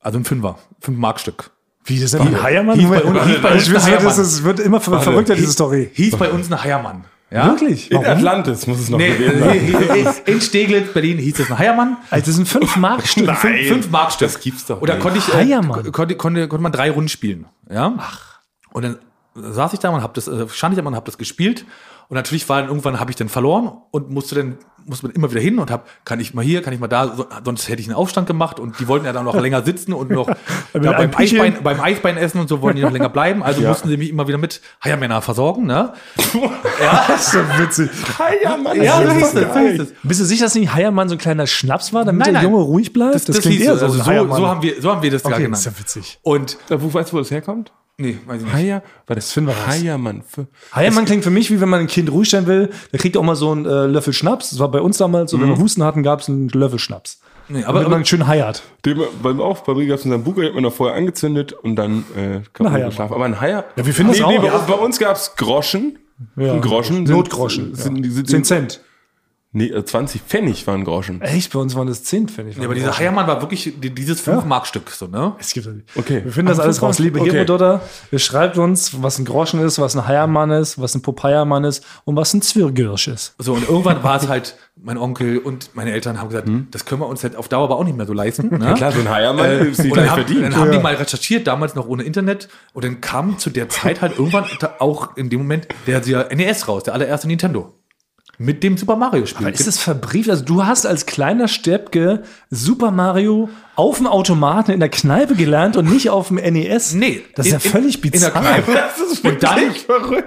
C: Also ein Fünfer, fünf Markstück.
A: Wie, das ist ein Heiermann?
C: Hieß bei uns- hieß bei uns
A: ich will
C: ein
A: sagen,
C: Heiermann.
A: das ist, wird immer ver verrückter, diese Story.
C: Hieß bei uns ein Heiermann. Ja?
A: Wirklich?
B: In Atlantis muss es noch
C: Nee,
B: gewesen sein.
C: in Steglitz, Berlin hieß es ein Heiermann.
A: Also, das sind fünf Mark Stück.
C: Fünf, fünf Markstück.
B: Das gibt's doch
C: Oder
B: nicht.
C: konnte ich äh,
A: Heiermann.
C: konnte, konnte, konnte man drei Runden spielen. Ja? Ach. Und dann saß ich da und hab das, äh, stand ich da und hab das gespielt. Und natürlich war dann irgendwann habe ich dann verloren und musste dann musste man immer wieder hin und hab kann ich mal hier, kann ich mal da, so, sonst hätte ich einen Aufstand gemacht und die wollten ja dann noch länger sitzen und noch da
A: einem
C: beim,
A: Picheln.
C: Eisbein, beim Eisbein essen und so wollen die noch länger bleiben. Also mussten sie mich immer wieder mit Heiermänner versorgen, ne?
A: Das ist so witzig. Heiermann.
C: Ja, so
A: das
C: hieß
A: ist
C: es, so hieß es.
A: Bist du sicher, dass nicht Heiermann so ein kleiner Schnaps war, damit
C: Nein,
A: der
C: nein.
A: Junge ruhig bleibt?
C: Das, hieß so, also so,
A: Heiermann.
C: so, haben wir, so haben wir das da
A: Okay,
C: genannt.
A: das ist ja witzig.
C: Und,
B: Da, wo, weißt du, wo das herkommt?
C: nee, weiß ich nicht.
B: Haier, war das
A: finden wir raus.
B: Heiermann.
A: Heiermann klingt für mich, wie wenn man ein Kind ruhig stellen will, der kriegt auch mal so einen äh, Löffel Schnaps. Das war bei uns damals, so, wenn wir Husten hatten, gab es einen Löffel Schnaps.
C: Nee,
A: Mhm. Aber
C: aber,
A: wenn man schön heiert.
B: Dem, beim auch, bei mir gab es in seinem Bunker, den hat man noch vorher angezündet und dann äh, kaputt
A: Haier.
B: geschlafen. Aber ein Haier.
A: Ja, wir finden das auch.
B: Bei,
A: Ja.
B: bei uns gab es Groschen.
A: Ja.
B: Ein Groschen. sind-
A: Notgroschen.
B: Sind,
A: ja.
B: sind, sind,
A: 10 Cent.
B: Nee, äh, 20 Pfennig waren Groschen.
A: Echt, bei uns waren das 10 Pfennig.
C: Ja, aber dieser Heiermann war wirklich die- dieses 5-Mark-Stück, so, ne?
A: Es gibt, okay.
B: Okay.
A: Wir finden das
B: Am
A: alles
B: Fünfer-
A: raus, liebe
B: Okay.
A: Herodotter. Ihr schreibt uns, was ein Groschen ist, was ein Heiermann ist, was ein Popeiermann ist und was ein Zwirgirsch ist.
C: So, und irgendwann war es halt, mein Onkel und meine Eltern haben gesagt,
A: Hm?
C: das können wir uns halt auf Dauer aber auch nicht mehr so leisten. Ne? Ja,
B: Klar, so ein Heiermann
A: äh,
B: ist nicht
C: und dann
B: gleich
C: haben,
B: verdient.
C: dann haben die mal recherchiert, damals noch ohne Internet. Und dann kam zu der Zeit halt irgendwann ta- auch in dem Moment der, der NES raus, der allererste Nintendo. Mit dem Super Mario-Spiel.
A: Ist das verbrieft? Also du hast als kleiner Steppke Super Mario auf dem Automaten in der Kneipe gelernt und nicht auf dem NES?
C: Nee,
A: Das ist ja
C: in- in-
A: völlig
C: in der
A: bizarr.
C: Kneipe. und dann,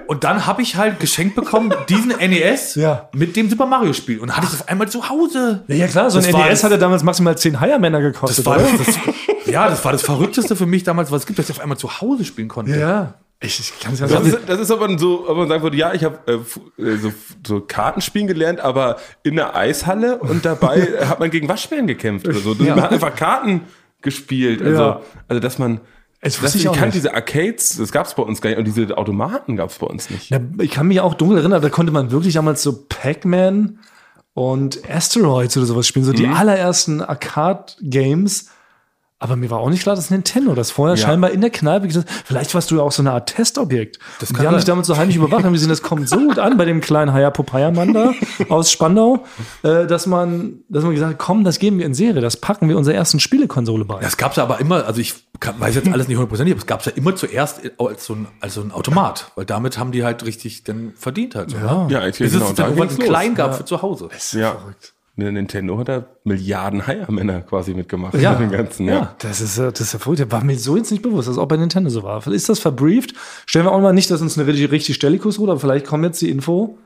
C: und dann habe ich halt geschenkt bekommen diesen NES
A: Ja.
C: mit dem Super Mario Spiel und hatte ich das einmal zu Hause.
A: Ja, ja klar, so ein E
C: Das war
A: NES
C: das-
A: hat ja damals maximal 10 Heiermänner gekostet.
C: Das war
A: oder?
C: das, das, ja, das war das Verrückteste für mich damals, was es gibt, dass ich auf einmal zu Hause spielen konnte.
A: ja. Ich, ich kann es ja
B: Das
A: sagen.
B: ist, das ist aber so, wenn man sagen würde, ja, ich habe äh, fu- äh, so, so Kartenspielen gelernt, aber in der Eishalle und dabei äh, hat man gegen Waschbären gekämpft oder so. Man hat einfach Karten gespielt. Also,
A: Ja.
B: also dass man.
A: Das
B: dass
A: wusste ich
B: ich
A: auch
B: kannte
A: nicht.
B: diese Arcades, das gab es bei uns gar nicht, und diese Automaten gab es bei uns nicht.
A: Ja, ich kann mich auch dunkel erinnern, da konnte man wirklich damals so Pac-Man und Asteroids oder sowas spielen, so
C: Mhm.
A: die allerersten Arcade-Games. Aber mir war auch nicht klar, dass Nintendo das vorher scheinbar in der Kneipe gesagt hat. Vielleicht warst du ja auch so eine Art Testobjekt. Das die
C: kann
A: haben dich
C: sein.
A: damit so heimlich überwacht und gesehen, das kommt so gut an bei dem kleinen Haya Popeye-Mann da aus Spandau, äh, dass, man, dass man gesagt hat, komm, das geben wir in Serie, das packen wir unserer ersten Spielekonsole bei.
C: Das gab's ja aber immer, also ich kann, weiß jetzt alles nicht hundertprozentig, aber es gab's ja immer zuerst als so, ein, als so ein Automat, weil damit haben die halt richtig dann verdient halt. So, ja,
B: Ja, ich-
C: Bis
B: genau,
C: es
B: da
C: dann irgendwann
B: ging's
C: klein gab für zu Hause.
B: Ja. Der Nintendo hat da Milliarden Heiermänner quasi mitgemacht.
A: Ja.
B: mit dem Ganzen, ja.
C: Ja.
A: Das ist, ja- das ist ja verrückt. Das war mir so jetzt nicht bewusst, dass es auch bei Nintendo so war. Ist das verbrieft? Stellen wir auch mal nicht, dass uns eine richtig, richtig Stellikus ruht, aber vielleicht kommt jetzt die Info.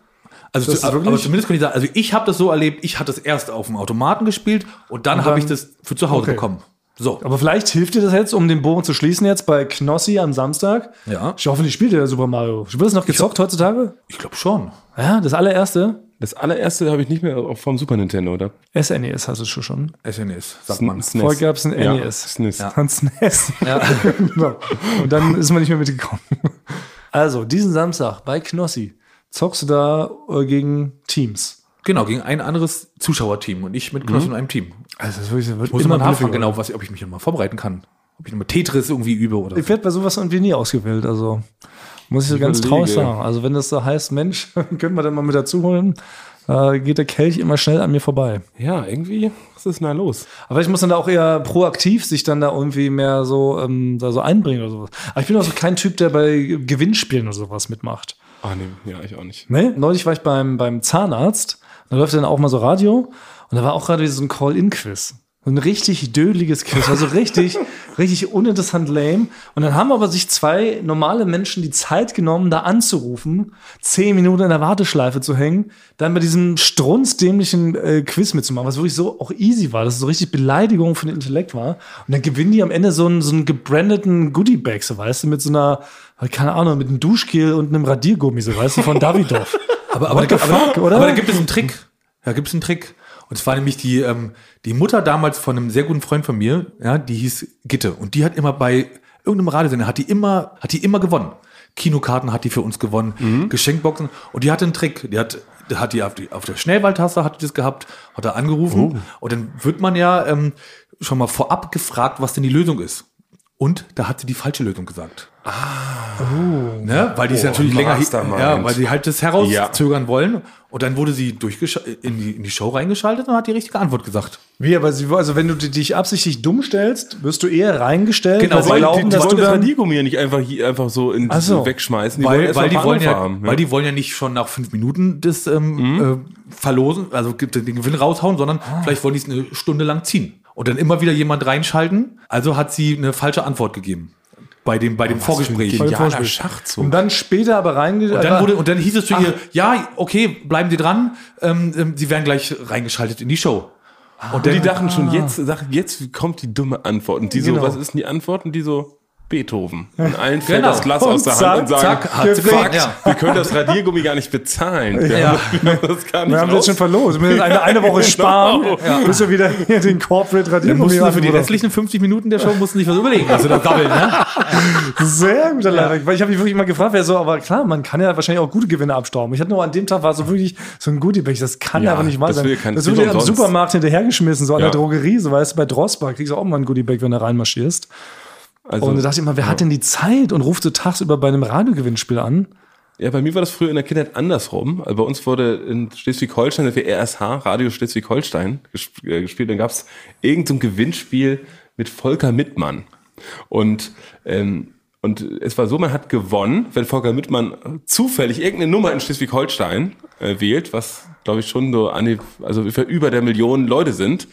C: Also
A: Das
C: zu,
A: ist wirklich-
C: aber zumindest kann ich sagen, also ich habe das so erlebt, ich hatte es erst auf dem Automaten gespielt und dann, habe ich das für zu Hause
A: okay.
C: bekommen. So.
A: Aber vielleicht hilft dir das jetzt, um den Bogen zu schließen jetzt bei Knossi am Samstag.
C: Ja.
A: Ich hoffe, die spielt ja Super Mario. Wird das noch gezockt heutzutage?
C: Ich glaube schon.
A: Ja, das allererste.
B: Das allererste habe ich nicht mehr auf- vom Super Nintendo, oder?
A: SNES E hast du schon.
C: SNES, sagt
B: Sn-
C: man.
B: SNES.
A: Vorher gab's ein
B: E
A: E
B: ja, E
A: NES.
B: SNES.
A: Dann SNES. genau. Und dann ist man nicht mehr mitgekommen. Also, diesen Samstag bei Knossi zockst du da äh, gegen Teams.
C: Genau, gegen ein anderes Zuschauerteam und ich mit Knoss in einem Team.
A: Also, das wirklich, wird
C: Muss
A: immer
C: man nachfragen,
A: genau.
C: genau, was, ob ich mich nochmal vorbereiten kann. Ob ich nochmal Tetris irgendwie übe oder so.
A: Ich werde bei sowas irgendwie nie ausgewählt. Also, muss ich so ganz
B: überlege.
A: traurig sagen. Also, wenn das so heißt, Mensch, können wir dann mal mit dazu holen, äh, geht der Kelch immer schnell an mir vorbei.
B: Ja, irgendwie, was ist denn da los?
A: Aber ich muss dann da auch eher proaktiv sich dann da irgendwie mehr so, ähm, da so einbringen oder sowas. Aber ich bin auch so kein Typ, der bei Gewinnspielen oder sowas mitmacht.
B: Ah, nee, ja, ich auch nicht.
A: Ne? Neulich war ich beim, beim Zahnarzt, da läuft dann auch mal so Radio und da war auch gerade wieder so ein Call-In-Quiz. So ein richtig dödeliges Quiz, also richtig, richtig uninteressant lame. Und dann haben aber sich zwei normale Menschen die Zeit genommen, da anzurufen, zehn Minuten in der Warteschleife zu hängen, dann bei diesem strunzdämlichen äh, Quiz mitzumachen, was wirklich so auch easy war, dass es so richtig Beleidigung für den Intellekt war. Und dann gewinnen die am Ende so einen, so einen gebrandeten Goodie-Bag, so weißt du, mit so einer, keine Ahnung, mit einem Duschgel und einem Radiergummi, so weißt du, von Davidoff.
C: Aber, aber,
A: What the
C: da, aber,
A: fuck, oder?
C: aber da gibt es einen Trick. Da gibt es einen Trick. Und zwar nämlich die, ähm, die Mutter damals von einem sehr guten Freund von mir, ja, die hieß Gitte. Und die hat immer bei irgendeinem Radiosender, hat die immer, hat die immer gewonnen. Kinokarten hat die für uns gewonnen,
A: Mhm.
C: Geschenkboxen. Und die hatte einen Trick. Die hat, die hat die auf, die auf der Schnellwahltaste hat die das gehabt, hat da angerufen.
A: Oh.
C: Und dann wird man ja ähm, schon mal vorab gefragt, was denn die Lösung ist. Und da hat sie die falsche Lösung gesagt. Ah. Ne? Weil die
A: Oh,
C: ist natürlich länger,
B: Mastermind.
C: ja, weil die halt das herauszögern wollen. Und dann wurde sie durchgesch- in, die, in die Show reingeschaltet und hat die richtige Antwort gesagt.
A: Wie, aber sie, also wenn du di- dich absichtlich dumm stellst, wirst du eher reingestellt,
C: Genau,
A: weil sie
C: weil
A: glauben,
B: Also die, die
A: dass du
B: wollen das
A: dann...
B: Radiergummi ja nicht einfach, hier, einfach so in
A: Ach so.
B: wegschmeißen.
C: weil,
B: erst
C: weil,
B: mal ne?
C: die wollen ja,
B: Bahnhof haben, Mhm.
C: weil die wollen ja nicht schon nach fünf Minuten das ähm, äh, verlosen, also gibt- den Gewinn raushauen, sondern
B: Ah.
C: vielleicht wollen die es eine Stunde lang ziehen. Und dann immer wieder jemand reinschalten. Also hat sie eine falsche Antwort gegeben. Bei dem,
B: Oh,
C: bei dem Vorgespräch.
A: Bei dem
B: genialer
A: Vorspiel.
B: Schachzug.
A: Und dann später aber reingestellt...
C: Und dann, wurde, und dann hieß es zu ihr, ja, okay, bleiben Sie dran, ähm, ähm, Sie werden gleich reingeschaltet in die Show. Und dann,
B: Die dachten schon, jetzt, sag- jetzt kommt die dumme Antwort. Und die so,
A: Genau.
B: was ist denn die Antwort? Und die so, Beethoven. Und allen fällt
C: Genau.
B: das Glas
A: Und
B: aus der
A: zack,
B: Hand und sagen,
C: zack, hat sie
B: "Fuck,
C: gefickt." Ja.
B: wir können das Radiergummi gar nicht bezahlen. Wir
C: Ja.
B: haben, wir haben das gar nicht
A: wir haben das
B: raus.
A: schon verlost. Wir müssen eine, eine
B: Genau.
A: Woche sparen, bis wir wieder hier den Corporate
C: Dann
A: Radiergummi
C: mussten sie für die
A: anrufen.
C: restlichen 50 Minuten der Show mussten sich was überlegen. Also da doppeln, ne?
A: Sehr guter Leiter. Weil ich habe mich wirklich mal gefragt, wer so, aber klar, man kann ja wahrscheinlich auch gute Gewinne abstauben. Ich hatte nur an dem Tag war so wirklich so ein Goodie-Bag. Das kann
B: Ja,
A: aber nicht wahr
B: das
A: sein.
B: will kein-
A: das
B: das
A: wird
B: will
A: ja am
B: umsonst.
A: Supermarkt hinterhergeschmissen, so an
B: Ja.
A: der Drogerie, so weißt du, bei Drossbar kriegst du auch mal ein Goodie-Bag, wenn du reinmarschierst.
B: Also,
A: und da dachte ich immer, wer hat denn die Zeit und ruft so tagsüber bei einem Radiogewinnspiel an?
B: Ja, bei mir war das früher in der Kindheit andersrum. Also bei uns wurde in Schleswig-Holstein, der RSH, Radio Schleswig-Holstein, gesp äh, gespielt. Dann gab's irgendein Gewinnspiel mit Volker Mittmann. Und, ähm, und es war so, man hat gewonnen, wenn Volker Mittmann zufällig irgendeine Nummer in Schleswig-Holstein äh, wählt, was, glaube ich, schon so an die, also ungefähr über der Million Leute sind.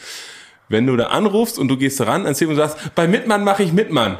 B: Wenn du da anrufst und du gehst ran ans Telefon und sagst, bei Mittmann mache ich Mittmann.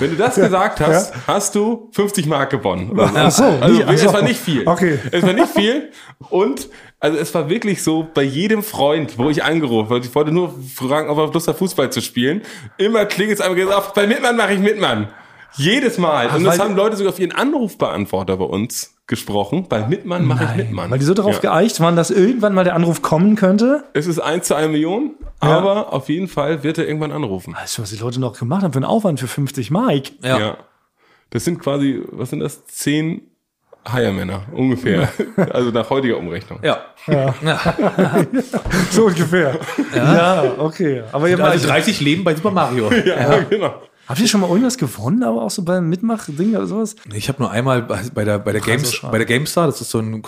B: Wenn du das gesagt hast, hast du 50 Mark gewonnen. oder so.
A: Ach so,
B: Also,
A: nie, ach so.
B: es war nicht viel.
A: Okay.
B: Es war nicht viel. Und also es war wirklich so, bei jedem Freund, wo ich angerufen habe, ich wollte nur fragen, ob er Lust hat, Fußball zu spielen, immer klingelt es einmal gesagt, bei Mitmann mache ich Mitmann. Jedes Mal. Und das
A: weil-
B: haben Leute sogar auf ihren Anrufbeantworter bei uns gesprochen. Bei Mitmann mache ich Mitmann.
A: Weil die so darauf
B: ja.
A: geeicht waren, dass irgendwann mal der Anruf kommen könnte.
B: Es ist eins zu einer Million, aber auf jeden Fall wird er irgendwann anrufen.
A: Weißt du, was die Leute noch gemacht haben für einen Aufwand für 50 Mike?
B: Ja. Das sind quasi, was sind das? Zehn Haiermänner ungefähr. also nach heutiger Umrechnung.
C: Ja. ja.
A: So ungefähr. Ja, okay. Aber ihr
C: Also
A: also
C: 30 Leben bei Super Mario.
B: ja. genau.
A: habt ihr schon mal irgendwas gewonnen, aber auch so beim Mitmachding oder sowas?
C: Ich habe nur einmal bei bei der, bei, der Games, bei der GameStar, das ist so eine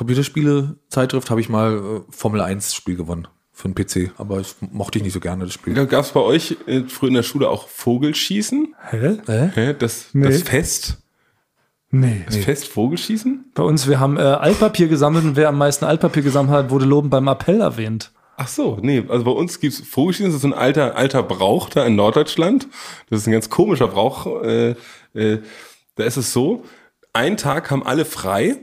C: Computerspiele-Zeitschrift, habe ich mal äh, Formel 1-Spiel gewonnen für den PC. Aber das mochte ich nicht so gerne, das Spiel.
B: Gab es bei euch äh, früher in der Schule auch Vogelschießen?
A: Hä?
B: Hä? Das,
A: Nee.
B: das Fest?
A: Nee.
B: Das Fest Vogelschießen?
A: Bei uns, wir haben äh, Altpapier gesammelt und wer am meisten Altpapier gesammelt hat, wurde lobend beim Appell erwähnt.
B: Ach so, nee. Also bei uns gibt's Vogelschießen, das ist so ein alter, alter Brauch da in Norddeutschland. Das ist ein ganz komischer Brauch. Äh, äh, da ist es so, einen Tag haben alle frei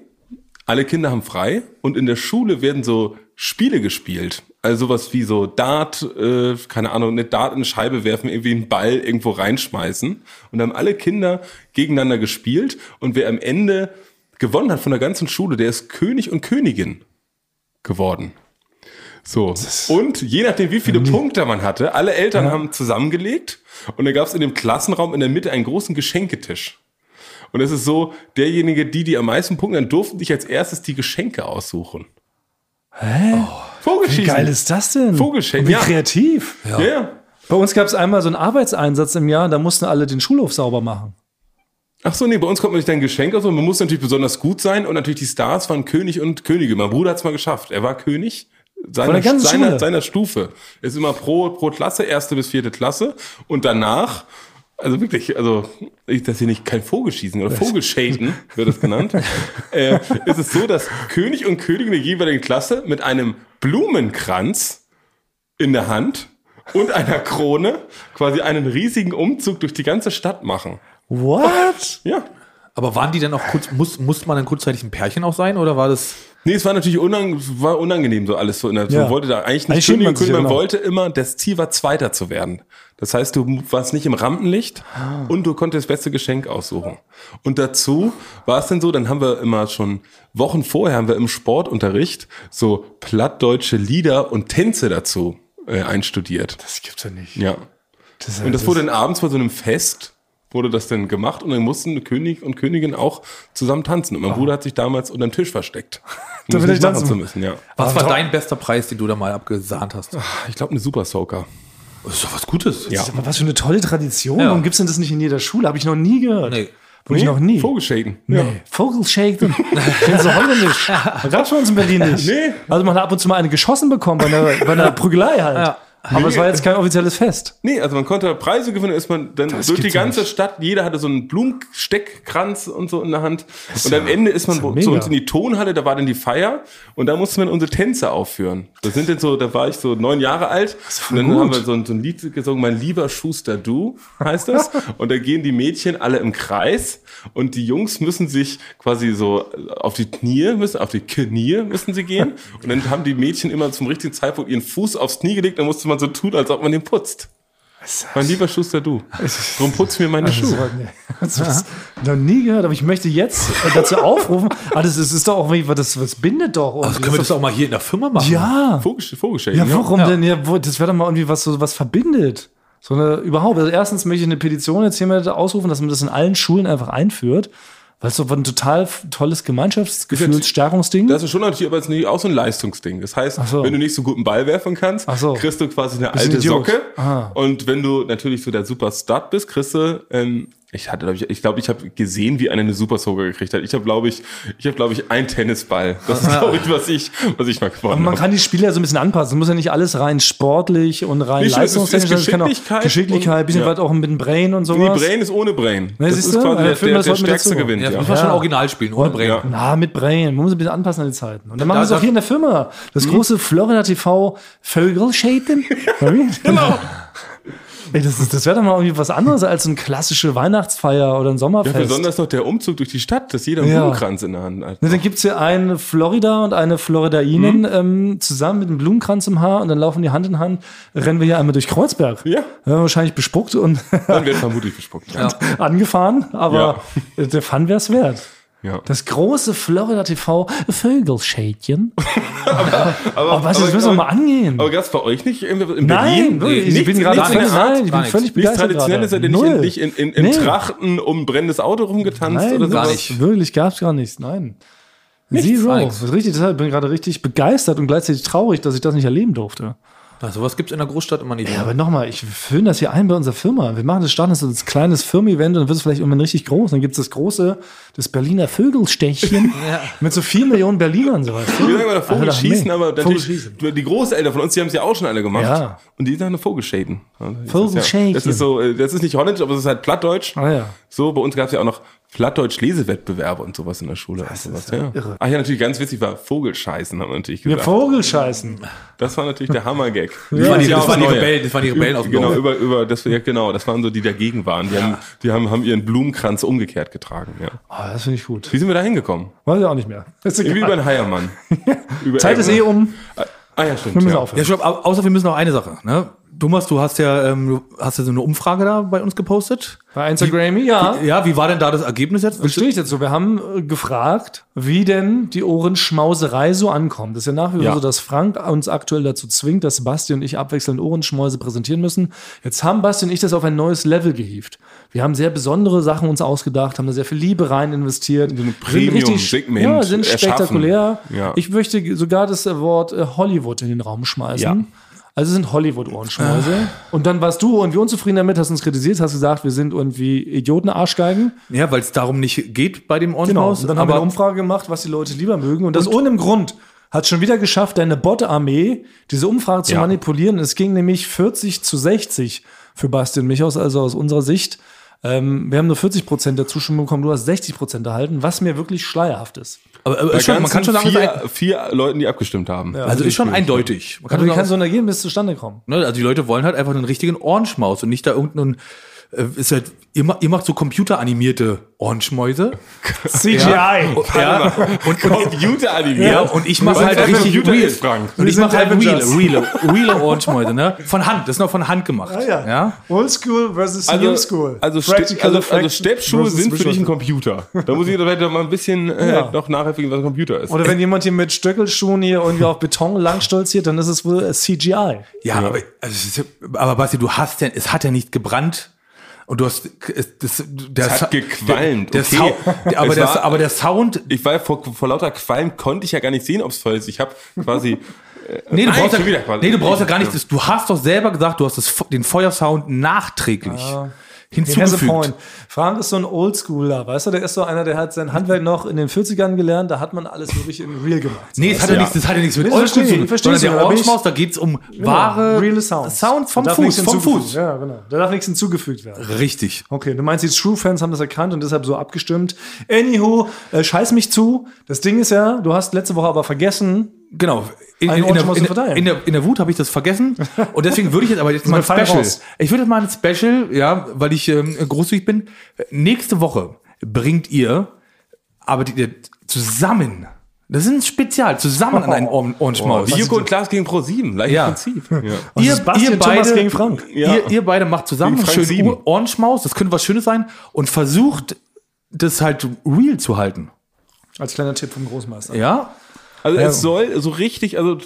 B: alle Kinder haben frei und in der Schule werden so Spiele gespielt. Also sowas wie so Dart, äh, keine Ahnung, eine Dart in eine Scheibe werfen, irgendwie einen Ball irgendwo reinschmeißen. Und da haben alle Kinder gegeneinander gespielt und wer am Ende gewonnen hat von der ganzen Schule, der ist König und Königin geworden. So. Und je nachdem, wie
A: Mhm.
B: viele Punkte man hatte, alle Eltern haben zusammengelegt und dann gab es in dem Klassenraum in der Mitte einen großen Geschenketisch. Und es ist so, derjenige, die, die am meisten Punkte, dann durften sich als erstes die Geschenke aussuchen. Oh.
A: Hä?
B: Vogelschießen.
A: Wie geil ist das denn?
B: Vogelschenken,
A: Wie
B: ja.
A: kreativ.
B: ja. ja.
A: Bei uns gab es einmal so einen Arbeitseinsatz im Jahr, da mussten alle den Schulhof sauber machen.
B: Ach so, nee, bei uns kommt man nicht ein Geschenk aus, man muss natürlich besonders gut sein und natürlich die Stars waren König und Königin. Mein Bruder hat es mal geschafft. Er war König seiner,
A: der ganzen
B: seiner,
A: Schule.
B: seiner Stufe. Ist immer pro, pro Klasse, erste bis vierte Klasse und danach, also wirklich, also ich, dass hier nicht kein Vogelschießen oder Vogelschäden wird das genannt, äh, ist es so, dass König und Königin der jeweiligen Klasse mit einem Blumenkranz in der Hand und einer Krone quasi einen riesigen Umzug durch die ganze Stadt machen.
A: What?
B: Ja.
C: Aber waren die dann auch kurz, muss, muss man dann kurzzeitig ein Pärchen auch sein oder war das?
B: Nee, es war natürlich unang war unangenehm, so alles so in der
A: Ja.
B: Man wollte da eigentlich nicht
A: Eigentlich schämt
B: Königin,
A: man sich
B: Königin, man
A: ja genau.
B: wollte immer, das Ziel war, Zweiter zu werden. Das heißt, du warst nicht im Rampenlicht
A: Ah.
B: und du konntest das beste Geschenk aussuchen. Und dazu war es denn so, dann haben wir immer schon Wochen vorher haben wir im Sportunterricht so plattdeutsche Lieder und Tänze dazu äh, einstudiert.
A: Das gibt's ja nicht.
B: Ja.
A: Das,
B: Und das wurde dann abends bei so einem Fest, wurde das dann gemacht und dann mussten König und Königin auch zusammen tanzen. Und mein Bruder hat sich damals unter den Tisch versteckt. Um
A: Ah. Damit
B: das
A: er
B: nicht
A: nicht
B: machen
A: tanzen
B: zu
A: muss.
B: müssen, ja.
C: Was war dein bester Preis, den du da mal abgesahnt hast? Das
B: Ich glaube, eine Super Soaker.
C: ist doch was Gutes.
B: Ja.
A: Sag mal, was für eine tolle Tradition.
C: Ja.
A: Warum gibt's denn das nicht in jeder Schule? Habe ich noch nie gehört.
C: Nee.
A: Wirklich noch nie.
B: Vogelschäden. Ja.
A: Nee. Vogelschäden. Kennen Sie holländisch. Gab's bei uns in Berlin nicht.
B: Nee.
A: Also man hat ab und zu mal eine geschossen bekommen bei einer, bei einer Prügelei halt.
C: Ja.
A: Aber es war jetzt kein offizielles Fest.
B: Nee, also man konnte Preise gewinnen, ist man dann durch die
A: gibt's
B: ganze
A: nicht.
B: Stadt, jeder hatte so einen Blumensteckkranz und so in der Hand. Und am Ende ist man
A: ist ja
B: wo-
A: mega.
B: zu uns in die Tonhalle, da war dann die Feier und da mussten wir unsere Tänze aufführen. Das sind dann so, da war ich so neun Jahre alt. Und
A: voll
B: dann
A: gut.
B: haben wir so ein, so ein Lied gesungen, mein lieber Schuster du, heißt das. und da gehen die Mädchen alle im Kreis und die Jungs müssen sich quasi so auf die Knie, müssen, auf die Knie müssen sie gehen. Und dann haben die Mädchen immer zum richtigen Zeitpunkt ihren Fuß aufs Knie gelegt, dann musste man so tun, als ob man den putzt. Mein lieber Schuster, du. Drum putz mir meine
A: Das halt-
B: Schuhe.
A: war- nee. Das ist noch nie gehört, aber ich möchte jetzt äh, dazu aufrufen. Ah, das ist, ist doch auch, irgendwie- das, das bindet doch.
C: Also können wir das auch mal hier in der Firma machen?
A: ja.
B: Vogel- Vogelschäden.
A: Ja,
B: Ja,
A: warum denn? Ja, wo, das wäre doch mal irgendwie was, so was verbindet. So eine, überhaupt. Also erstens möchte ich eine Petition jetzt hiermit ausrufen, dass man das in allen Schulen einfach einführt. Weil es doch ein total f- tolles Gemeinschaftsgefühlsstärkungsding.
B: Das ist schon natürlich, aber es ist nicht auch so ein Leistungsding. Das heißt,
A: so.
B: wenn du nicht so guten Ball werfen kannst,
A: Ach so.
B: kriegst du quasi eine
A: Bist ein
B: alte
A: Idiot.
B: Socke.
A: Ah.
B: Und wenn du natürlich so der Superstar bist, kriegst du, ähm, ich hatte, glaub ich, ich glaube, ich habe gesehen, wie einer eine Super Soaker gekriegt hat. Ich habe, glaube ich, ich habe, glaube ich, einen Tennisball. Das ist, glaube ich, was ich, was ich mal
A: Aber
B: gewonnen
A: man
B: habe.
A: kann die Spiele ja so ein bisschen anpassen. Es muss ja nicht alles rein sportlich und rein
B: Nicht, es ist-
A: leistungstechnisch.
B: es ist
A: sondern es
B: Geschicklichkeit
A: Geschicklichkeit,
B: und-
A: ein bisschen
B: ja.
A: was auch mit dem Brain und
B: Nee,
A: sowas.
B: Brain ist ohne Brain.
A: Na,
B: das
A: siehst
B: ist
A: du?
B: quasi
A: Ja,
B: der,
A: filmen
B: der,
A: das
B: der
A: heute mit
B: Stärkste
A: dazu.
B: gewinnt.
C: Ja,
B: Ja,
C: das muss man
A: Ja.
C: schon original spielen, ohne Brain.
B: Ja.
A: Na, mit Brain. Man muss ein bisschen anpassen an die Zeiten. Und dann machen
C: Da-
A: wir es auch
C: da-
A: hier in der Firma. Das
B: Mhm.
A: große Florida TV Vögelschäden. genau. Ey, das ist- das wäre doch mal irgendwie was anderes als so eine klassische Weihnachtsfeier oder ein
B: Ja,
A: Sommerfest.
B: besonders noch der Umzug durch die Stadt, dass jeder einen
A: Ja.
B: Blumenkranz in der Hand hat.
A: Ne, dann gibt's hier eine Florida und eine Floridainen
B: Mhm.
A: ähm, zusammen mit einem Blumenkranz im Haar und dann laufen die Hand in Hand, rennen wir hier einmal durch Kreuzberg.
B: Ja.
A: Werden wir wahrscheinlich bespuckt und
B: Dann wird vermutlich gespuckt. Ja.
A: angefahren, aber der Fun wär's wert.
B: Ja.
A: Das große Florida TV Vögelschädchen.
B: Aber,
A: Oh, was, das müssen wir mal angehen.
B: Aber gab es bei euch nicht in, in Berlin?
A: Nein, wirklich, ich
B: nichts-
A: bin gerade
B: nichts in
A: völlig,
B: der Art,
A: nein, ich bin
C: nichts.
A: völlig
B: Nichts
A: begeistert.
B: Traditionelles, seid
A: gerade.
B: ihr nicht in,
A: Null.
B: nicht in, in, in
A: Nee.
B: Trachten um brennendes Auto rumgetanzt
A: Nein,
B: oder
A: gar
B: sowas?
A: nicht. Wirklich, gab's gar nicht. Nein. Zero.
C: gar
A: Das
C: nichts.
A: ist Richtig, deshalb bin ich gerade richtig begeistert und gleichzeitig traurig, dass ich das nicht erleben durfte.
C: Na, sowas gibt es in der Großstadt immer nicht.
A: Ja, aber nochmal, ich füllen das hier ein bei unserer Firma. Wir machen das starten das ist so ein kleines Firmen-Event und dann wird es vielleicht irgendwann richtig groß. Dann gibt es das große, das Berliner Vögelstechchen mit so vielen Millionen Berlinern so weißt du?
B: Wir sagen immer Vogel
A: Alter,
B: schießen,
A: nee.
B: aber natürlich
A: Vogelschießen.
B: die Großeltern von uns, die haben es ja auch schon alle gemacht.
A: Ja.
B: Und die sagen eine Vogelschäden. Also, das ist ja-
A: Vogelschäden.
B: Das ist so, äh, das ist nicht holländisch, aber es ist halt plattdeutsch.
A: Ah ja.
B: So, bei uns gab es ja auch noch Plattdeutsch-Lesewettbewerbe und sowas in der Schule. Das und sowas.
A: ist ja
B: ja.
A: irre.
B: Ach ja, natürlich ganz witzig war Vogelscheißen, haben wir natürlich
A: Wir
B: gesagt.
A: Vogelscheißen.
B: das war natürlich der Hammergag.
C: Das waren die,
B: Ja,
C: das waren die
B: neue.
C: Rebellen, das waren die Rebellen aus dem
B: Genau,
C: Dorf.
B: über, über, das, ja, genau, das waren so, die dagegen waren. Die, haben, die haben, haben ihren Blumenkranz umgekehrt getragen. Ja.
A: Ah, das finde ich gut.
B: Wie sind wir da hingekommen?
A: Weiß ich auch nicht mehr. Ist
B: Irgendwie über
A: egal.
B: den Heiermann. Über
A: Zeit ist eh
B: irgendeine-
A: um.
B: Ah ja,
A: Wir
B: stimmt.
A: müssen
B: ne? ja.
A: aufhören.
C: Ja, stopp, au- außer wir müssen noch eine Sache. Ne? Thomas, du hast ja, ähm, du hast ja so eine Umfrage da bei uns gepostet.
A: Bei Instagram, ja.
C: Ja, wie war denn da das Ergebnis jetzt? Willst du-
A: Verstehe ich jetzt so. Wir haben äh, gefragt, wie denn die Ohrenschmauserei so ankommt. Das ist ja nach wie vor
C: Ja.
A: so, dass Frank uns aktuell dazu zwingt, dass Basti und ich abwechselnd Ohrenschmäuse präsentieren müssen. Jetzt haben Basti und ich das auf ein neues Level gehievt. Wir haben sehr besondere Sachen uns ausgedacht, haben da sehr viel Liebe rein investiert.
B: So ein
A: Sind
B: Premium-Segment
A: Ja, sind
B: erschaffen.
A: spektakulär.
B: Ja.
A: Ich möchte sogar das Wort äh, Hollywood in den Raum schmeißen.
B: Ja. Ah.
A: Also sind Hollywood-Ohrenschmäuse. Und dann warst du irgendwie unzufrieden damit, hast uns kritisiert, hast gesagt, wir sind irgendwie Idioten-Arschgeigen.
C: Ja, weil es darum nicht geht bei dem
A: Genau,
C: Ohrenhaus.
A: und dann haben wir eine Umfrage gemacht, was die Leute lieber mögen. Und das ohne Grund hat schon wieder geschafft, deine Bot-Armee diese Umfrage zu
B: Ja.
A: manipulieren. Es ging nämlich 40 zu 60 für Bastian Michaus, also aus unserer Sicht. Ähm, wir haben nur 40 Prozent der Zustimmung bekommen, du hast 60 Prozent erhalten, was mir wirklich schleierhaft ist.
C: aber, aber
B: Bei
C: ist schon, man kann schon sagen, es ist ein-
B: vier, vier Leuten, die abgestimmt haben.
C: also ist schon eindeutig. Man kann
A: Also,
C: schon
A: wie kann
C: sagen,
A: so ein Ergebnis zustande kommen?
C: ne, also die Leute wollen halt einfach einen richtigen Ohrenschmaus und nicht da irgendeinen. Äh, ist halt, ihr, ma- ihr macht so computeranimierte Ohrenschmäuse.
A: CGI!
C: Und, ja, und, und,
B: Computer animiert.
C: Genau. ja, und ich mache
B: Weil
C: halt
B: es einfach
C: richtig
B: Computer
C: real.
B: ist, Frank.
C: Und
A: Wir
C: ich
A: sind
C: mache halt real,
A: Avengers.
C: real, real Ohrenschmäuse, ne? Von Hand, das ist noch von Hand gemacht.
B: Ah,
C: ja?
A: Old School versus New School.
B: Also, Ste
A: Practical
B: also, also
A: Effect
B: Steppschuhe
A: versus
B: sind für
A: Visual
B: dich ein Computer. Da muss ich vielleicht mal ein bisschen äh,
A: Ja.
B: noch nachhelfen, was ein Computer ist.
A: Oder wenn jemand hier mit Stöckelschuhen hier irgendwie auf Beton langstolziert, dann ist es wohl äh, CGI.
C: Ja, aber, also, es ist ja- aber Basti, du hast ja, es hat ja nicht gebrannt. Und du hast, es, das, der
B: Es hat
C: Sa-
B: gequalmt,
C: Der, der
B: okay.
C: Sound- aber,
B: Es
C: der,
B: war-
C: aber der Sound,
B: ich war vor, vor lauter Qualm, konnte ich ja gar nicht sehen, ob es voll ist. Ich habe quasi.
C: nee, du
B: Nein,
C: brauchst ja,
B: schon wieder quasi.
C: nee, du brauchst ja gar nicht, das, du hast doch selber gesagt, du hast das, den Feuersound nachträglich
A: Ah.
C: hinzugefügt.
A: Point. Frank ist so ein Oldschooler, weißt du? Der ist so einer, der hat sein Handwerk noch in den 40ern gelernt, da hat man alles wirklich im Real gemacht.
C: Nee, es hat ja,
B: Ja.
C: nichts, das hat ja nichts mit
A: Nee, das
C: Oldschool zu
A: verstehe
C: tun.
A: ich, verstehe
C: sondern
A: ich,
C: der
A: aber bin ich-
C: Ohrenschmaus, da geht's um wahre
A: Real Genau, Sounds.
C: Sound vom
A: Da darf
C: Fuß,
A: nichts
C: vom
A: hinzugefügt-
C: Fuß.
A: Ja, genau. Da darf nichts hinzugefügt werden.
C: Richtig.
A: Okay, du meinst, die True-Fans haben das erkannt und deshalb so abgestimmt. Anywho, äh, scheiß mich zu. Das Ding ist ja, du hast letzte Woche aber vergessen,
C: Genau. In,
A: Einen
C: in, in, der,
A: Ohrenschmaus
C: in,
A: zu verteilen.
C: der, in, der, in der Wut habe ich das vergessen. Und deswegen würde ich jetzt aber jetzt mal ein
A: wir fallen
C: Special.
A: raus.
C: Ich würde jetzt mal ein Special, ja, weil ich ähm, großzügig bin. Nächste Woche bringt ihr, aber die, die, zusammen, das ist ein Spezial, zusammen an
A: Oh.
C: einen Ohren, Ohrenschmaus.
B: Wie Joko und Klaas gegen ProSieben, leicht
C: Ja.
B: Prinzip. Ja.
C: ihr,
A: Sebastian
C: ihr
A: Thomas
C: beide,
A: gegen Frank.
B: Ja.
C: Ihr, ihr beide macht zusammen
B: Gegen
C: einen
B: Frank
C: schönen
B: Sieben.
C: Ohr- Ohrenschmaus, das könnte was Schönes sein, und versucht, das halt real zu halten.
A: als kleiner Tipp vom Großmeister.
C: Ja?
B: Also es soll so richtig, also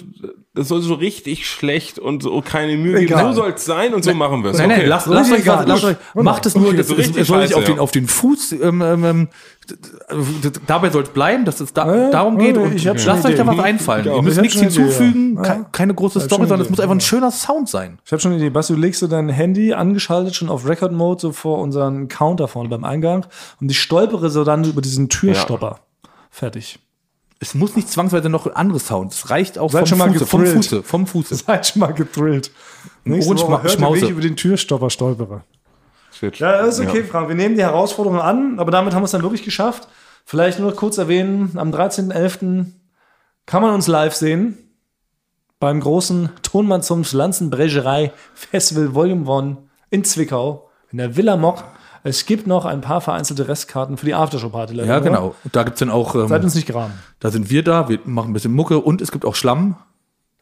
B: es soll so richtig schlecht und so keine Mühe geben.
A: Egal.
B: So soll es sein und so machen wir es.
C: Nein, nein,
B: Okay.
C: lasst, lasst,
A: Richtig
C: euch, was-
A: egal.
C: lasst euch, macht es nur,
B: Okay,
C: das,
B: so
C: es,
B: richtig
C: es soll nicht
B: scheiße,
C: auf den,
B: ja.
C: auf den Fuß, ähm, ähm, ähm, d- d- d- dabei soll es bleiben, dass es da, darum geht
A: äh,
C: und
A: ich hab schon
C: lasst
A: eine
C: euch da
A: Idee.
C: was einfallen. Ihr
A: Ich
C: müsst
A: hab
C: nichts
A: schon eine Idee,
C: hinzufügen,
A: ja.
C: ke- keine große Story,
A: eine
C: sondern es muss
A: Idee,
C: einfach ein schöner Sound sein.
A: Ich habe schon eine Idee. Basti, du legst du dein Handy angeschaltet schon auf Record Mode so vor unseren Counter vorne beim Eingang und ich stolpere so dann über diesen Türstopper. Fertig.
C: Es muss nicht zwangsweise noch ein anderes Sound, es reicht auch
A: Seid schon mal
C: Fuße, vom
A: gethrillt.
C: Fuße, vom Fuße.
A: Seid schon mal gedrillt. Nächste
C: Orange-
A: Woche hört ihr,
C: Schmause.
A: wie ich über den Türstopper stolpere.
B: Shit.
A: Ja, ist okay, Frank. Wir nehmen die Herausforderung an, aber damit haben wir es dann wirklich geschafft. Vielleicht nur kurz erwähnen, am 13.11. kann man uns live sehen beim großen Tonmann zum Lanzenbrecherei Festival Volume 1 in Zwickau in der Villa Mock. Es gibt noch ein paar vereinzelte Restkarten für die Aftershow-Party. leider
C: Ja,
A: nur.
C: genau. Und Da gibt's dann auch,
A: Seid
C: ähm,
A: uns nicht geraten.
C: da sind wir da, wir machen ein bisschen Mucke und es gibt auch Schlamm.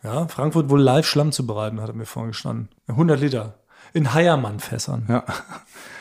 A: Ja, Frankfurt wohl live Schlamm zu bereiten, hat er mir vorgestanden. 100 Liter. In Heiermann-Fässern.
C: Ja.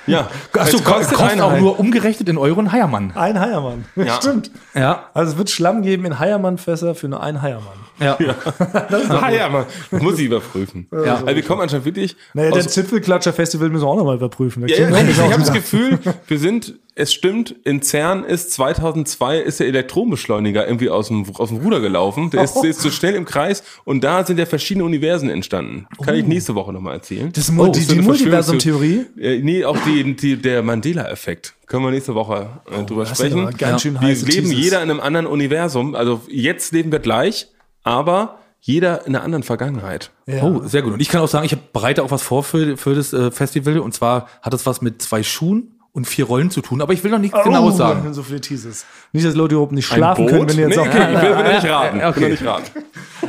B: Ja.
C: Achso,
B: Es
C: kostet, kostet
B: eine
C: auch
B: Einheit.
C: nur umgerechnet in Euro ein Heiermann.
A: Ein Heiermann. Stimmt.
C: Ja,
A: Also es wird Schlamm geben in Heiermann-Fässer für nur einen Heiermann.
C: ja.
B: Ah, ja, man muss ich überprüfen.
C: Ja.
B: Also wir kommen anscheinend wirklich.
A: Naja,
B: aus-
A: das Zipfelklatscher-Festival müssen wir auch nochmal überprüfen. Da
B: Also- ja,
A: kriegen wir
B: ja,
A: auch
B: ich
A: nicht raus.
B: habe das Gefühl, wir sind, es stimmt, in CERN ist 2002 ist der Elektronenbeschleuniger irgendwie aus dem, aus dem Ruder gelaufen. Der ist,
A: Oh.
B: der ist zu schnell im Kreis und da sind ja verschiedene Universen entstanden. Kann ich nächste Woche nochmal erzählen.
A: Oh.
B: Oh,
A: Das Mu- die-
B: so eine
A: die Multiversum-Theorie?
B: Verschwörungstheorie. Äh, nee, auch die, die, der Mandela-Effekt. Können wir nächste Woche äh, drüber
A: Oh, Das sind
B: sprechen.
A: aber ganz schön
B: Wir
A: heiße
B: leben
A: Teasers.
B: jeder in einem anderen Universum. Also jetzt leben wir gleich, aber jeder in einer anderen Vergangenheit.
A: Ja.
C: Oh, sehr gut. Und ich kann auch sagen, ich hab- bereite auch was vor für, für das äh, Festival. Und zwar hat es was mit zwei Schuhen und vier Rollen zu tun, aber ich will noch nichts
A: Oh,
C: genaues Genau, sagen.
A: So viele Teases. Nicht, dass Leute überhaupt nicht schlafen können, wenn ihr jetzt
B: nee,
A: auch.
B: okay, ich will, will nicht raten.
C: Okay.
B: Ich will nicht raten.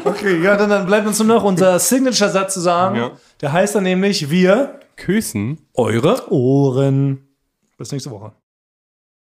A: Okay, ja, dann, dann bleibt uns nur noch unser Signature-Satz zu sagen.
B: Ja.
A: Der heißt dann nämlich Wir
B: Küssen
C: Eure
A: Ohren. Bis nächste Woche.